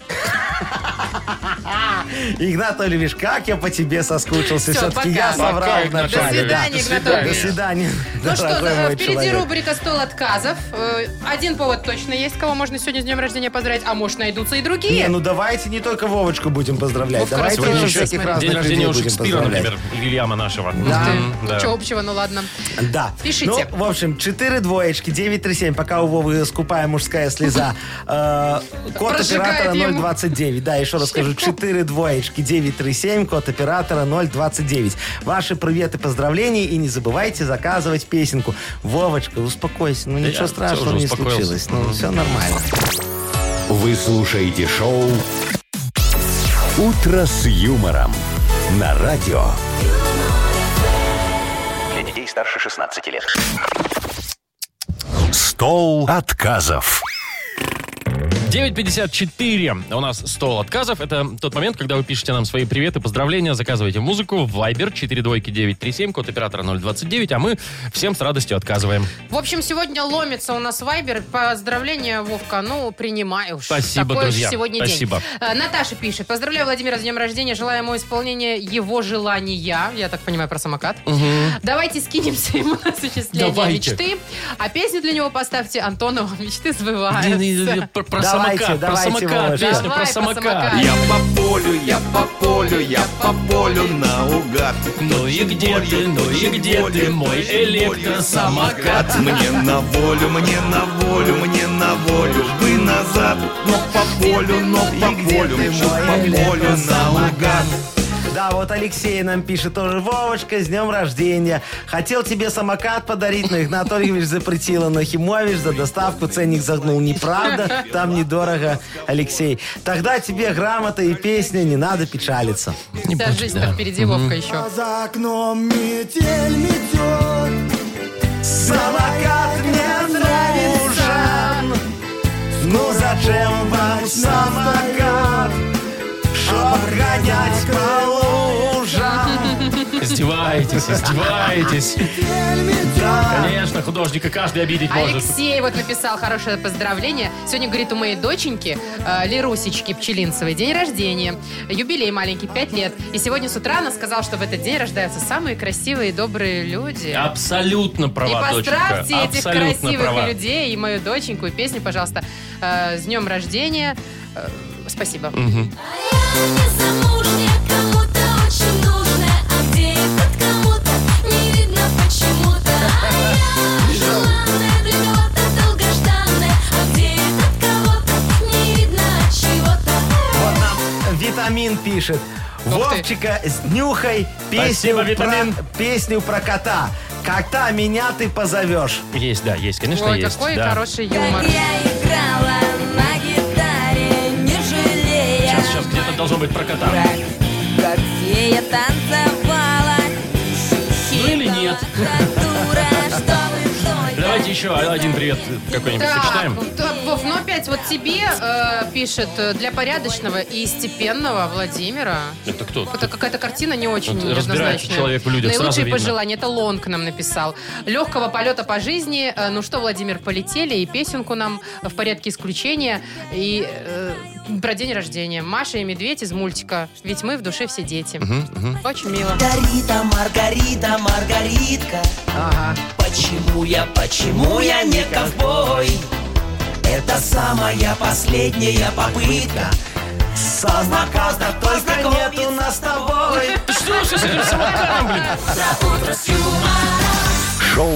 Speaker 3: Игнат Олевиш, как я по тебе соскучился.
Speaker 4: Всё,
Speaker 3: Все-таки
Speaker 4: пока.
Speaker 3: я соврал
Speaker 2: Пока,
Speaker 3: в
Speaker 2: Игнат
Speaker 3: начале.
Speaker 2: Ольгович.
Speaker 3: да.
Speaker 4: До свидания, Игнат
Speaker 3: До
Speaker 4: Ольгович.
Speaker 3: свидания,
Speaker 4: Ну что,
Speaker 3: дорогой
Speaker 4: э,
Speaker 3: мой
Speaker 4: впереди
Speaker 3: человек.
Speaker 4: рубрика «Стол отказов». Э, Один повод точно есть, кого можно сегодня с днем рождения поздравить, а может найдутся и другие.
Speaker 3: Не, ну давайте не не только Вовочку будем поздравлять.
Speaker 4: Вовка
Speaker 3: давайте
Speaker 4: Сегодня
Speaker 3: еще
Speaker 4: еще
Speaker 3: всяких
Speaker 4: день
Speaker 3: разных
Speaker 2: День рождения
Speaker 3: людей
Speaker 2: у
Speaker 3: будем
Speaker 2: Шекспира,
Speaker 3: поздравлять.
Speaker 2: например, Вильяма нашего. Мгм, да.
Speaker 4: Ничего общего, ну ладно.
Speaker 3: Да.
Speaker 4: Пишите.
Speaker 3: Ну, в общем, 4 двоечки, 937, пока у Вовы скупая мужская слеза. Э, Код
Speaker 4: Прожигает
Speaker 3: оператора
Speaker 4: ему.
Speaker 3: 029. Да, еще раз скажу, 4 двоечки, 937, код оператора 029. Ваши приветы, поздравления и не забывайте заказывать песенку. Вовочка, успокойся, ну
Speaker 2: я
Speaker 3: ничего страшного
Speaker 2: тоже
Speaker 3: не
Speaker 2: успокоился.
Speaker 3: случилось. Ну, все нормально.
Speaker 1: Вы слушаете шоу «Утро с юмором» на радио.
Speaker 6: Для детей старше 16 лет.
Speaker 1: Стол отказов.
Speaker 2: 9.54. У нас стол отказов. Это тот момент, когда вы пишете нам свои приветы, поздравления, заказываете музыку в Viber 42937, код оператора 029, а мы всем с радостью отказываем.
Speaker 4: В общем, сегодня ломится у нас вайбер. Поздравления, Вовка. Ну, принимаю. уж.
Speaker 2: Спасибо,
Speaker 4: Такой уж
Speaker 2: друзья.
Speaker 4: сегодня
Speaker 2: Спасибо.
Speaker 4: день. Э, Наташа пишет. Поздравляю Владимира с днем рождения. Желаю ему исполнения его желания. Я так понимаю про самокат. Давайте скинемся ему на осуществление
Speaker 2: Давайте.
Speaker 4: мечты. А песню для него поставьте Антону. Мечты А, сбываются.
Speaker 2: Про про
Speaker 3: Давайте,
Speaker 2: самокат, про
Speaker 3: давайте,
Speaker 2: самокат,
Speaker 3: Вовочка.
Speaker 2: песня про
Speaker 4: Давай про
Speaker 2: самокат.
Speaker 4: самокат. Я
Speaker 2: по полю,
Speaker 10: Я А по полю, я по полю наугад.
Speaker 2: Ну и где ты, ну и где ты, мой электросамокат?
Speaker 10: Мне на волю, мне на волю, мне на волю, вы назад. Но по полю, но по полю, по полю наугад.
Speaker 3: Да, вот Алексей нам пишет тоже. Вовочка, с днем рождения. Хотел тебе самокат подарить, но Игнатольевич запретила. А Нахимович за доставку ценник загнул. Неправда, там недорого, Алексей. Тогда тебе грамота и песня, не надо печалиться.
Speaker 4: Вся жизнь там впереди, Вовка, еще.
Speaker 11: За окном метель метет,
Speaker 3: Самокат мне нравится. Ну зачем вам самокат? Чтоб гонять по лужам.
Speaker 2: Издеваетесь, издеваетесь.
Speaker 11: метель метет.
Speaker 2: Конечно, художника каждый обидеть может.
Speaker 4: А Алексей вот написал хорошее поздравление. Сегодня, говорит, у моей доченьки э, Лерусечки Пчелинцевой день рождения. Юбилей маленький, 5 лет. И сегодня с утра она сказала, что в этот день рождаются самые красивые и добрые люди.
Speaker 2: Абсолютно
Speaker 4: И
Speaker 2: права, доченька.
Speaker 4: поздравьте этих
Speaker 2: Абсолютно
Speaker 4: красивых
Speaker 2: права.
Speaker 4: людей и мою доченьку и песню, пожалуйста. Э, с днем рождения. Э, спасибо.
Speaker 3: Вот нам Витамин пишет. Вовчика, снюхай песню,
Speaker 2: Спасибо, Витамин.
Speaker 3: про, песню про кота. Когда меня ты позовешь?
Speaker 2: Есть, да, есть, конечно,
Speaker 4: Ой,
Speaker 2: есть.
Speaker 4: какой
Speaker 2: да.
Speaker 4: хороший юмор.
Speaker 2: Сейчас, сейчас где-то должно быть про кота.
Speaker 12: Как фея танцевала
Speaker 2: Ну или нет.
Speaker 12: Дура, что вы думаете?
Speaker 2: Давайте еще один привет какой-нибудь
Speaker 4: Так,
Speaker 2: почитаем.
Speaker 4: то- Вов, ну опять вот тебе э, пишет э, для порядочного и степенного Владимира.
Speaker 2: Это кто?
Speaker 4: Это какая-то картина не очень
Speaker 2: Вот разбирается
Speaker 4: однозначная.
Speaker 2: человек в людях, сразу
Speaker 4: Наилучшие
Speaker 2: видно.
Speaker 4: пожелания. Это Лонг нам написал. Легкого полета по жизни. Э, Ну что, Владимир, полетели. И песенку нам в порядке исключения. И э, про день рождения. Маша и медведь из мультика. Ведь мы в душе все дети. Очень мило.
Speaker 13: Маргарита, Маргарита, Маргаритка. Почему я, почему я не ковбой? Это самая последняя попытка. Самоказно только нет у нас с тобой.
Speaker 2: Что же с этим самокатом, блин?
Speaker 1: Шоу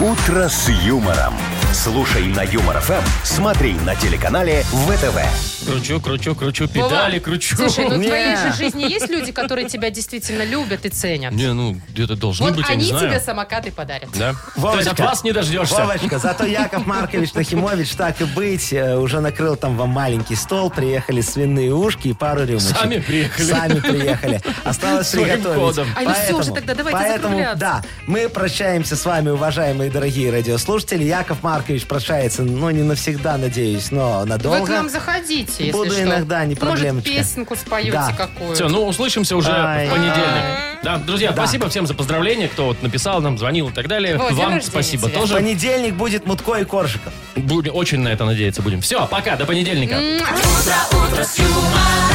Speaker 1: «Утро с юмором». Слушай на Юмор ФМ, смотри на телеканале ВТВ.
Speaker 2: Кручу, кручу, кручу, педали кручу.
Speaker 4: Слушай, ну в твоей
Speaker 3: Не.
Speaker 4: же жизни есть люди, которые тебя действительно любят и ценят?
Speaker 2: Не, ну, где-то должны
Speaker 4: Вот
Speaker 2: быть, я не
Speaker 4: они тебе
Speaker 2: знаю.
Speaker 4: самокаты подарят.
Speaker 2: Да. То есть
Speaker 3: Вовочка,
Speaker 2: от вас не дождешься.
Speaker 3: Вовочка, зато Яков Маркович Нахимович, так и быть, э, уже накрыл там вам маленький стол, приехали свиные ушки и пару рюмочек.
Speaker 2: Сами приехали.
Speaker 3: Сами приехали. Осталось
Speaker 2: Своим
Speaker 3: приготовить.
Speaker 2: ходом.
Speaker 4: Ай, ну всё
Speaker 3: Поэтому-
Speaker 4: уже тогда, давайте
Speaker 3: Поэтому,
Speaker 4: закругляться.
Speaker 3: да, мы прощаемся с вами, уважаемые дорогие радиослушатели. Яков Маркович прощается, ну, не навсегда, надеюсь, но надолго.
Speaker 4: Вы к нам заходите, если
Speaker 3: Буду
Speaker 4: что.
Speaker 3: иногда, не
Speaker 4: Может,
Speaker 3: проблемочка.
Speaker 4: песенку споете
Speaker 3: Да.
Speaker 4: какую.
Speaker 2: Все, ну услышимся уже
Speaker 3: Ай.
Speaker 2: в понедельник. Да, друзья, спасибо всем за поздравления, кто вот написал нам, звонил и так далее.
Speaker 4: Во, день
Speaker 2: Вам
Speaker 4: рождения
Speaker 2: спасибо
Speaker 4: тебе.
Speaker 3: В
Speaker 2: тоже.
Speaker 3: понедельник будет Мутко и Коржиков.
Speaker 2: Будем, очень на это надеяться будем. Все, пока, до понедельника.
Speaker 12: Утро, утро с юмором.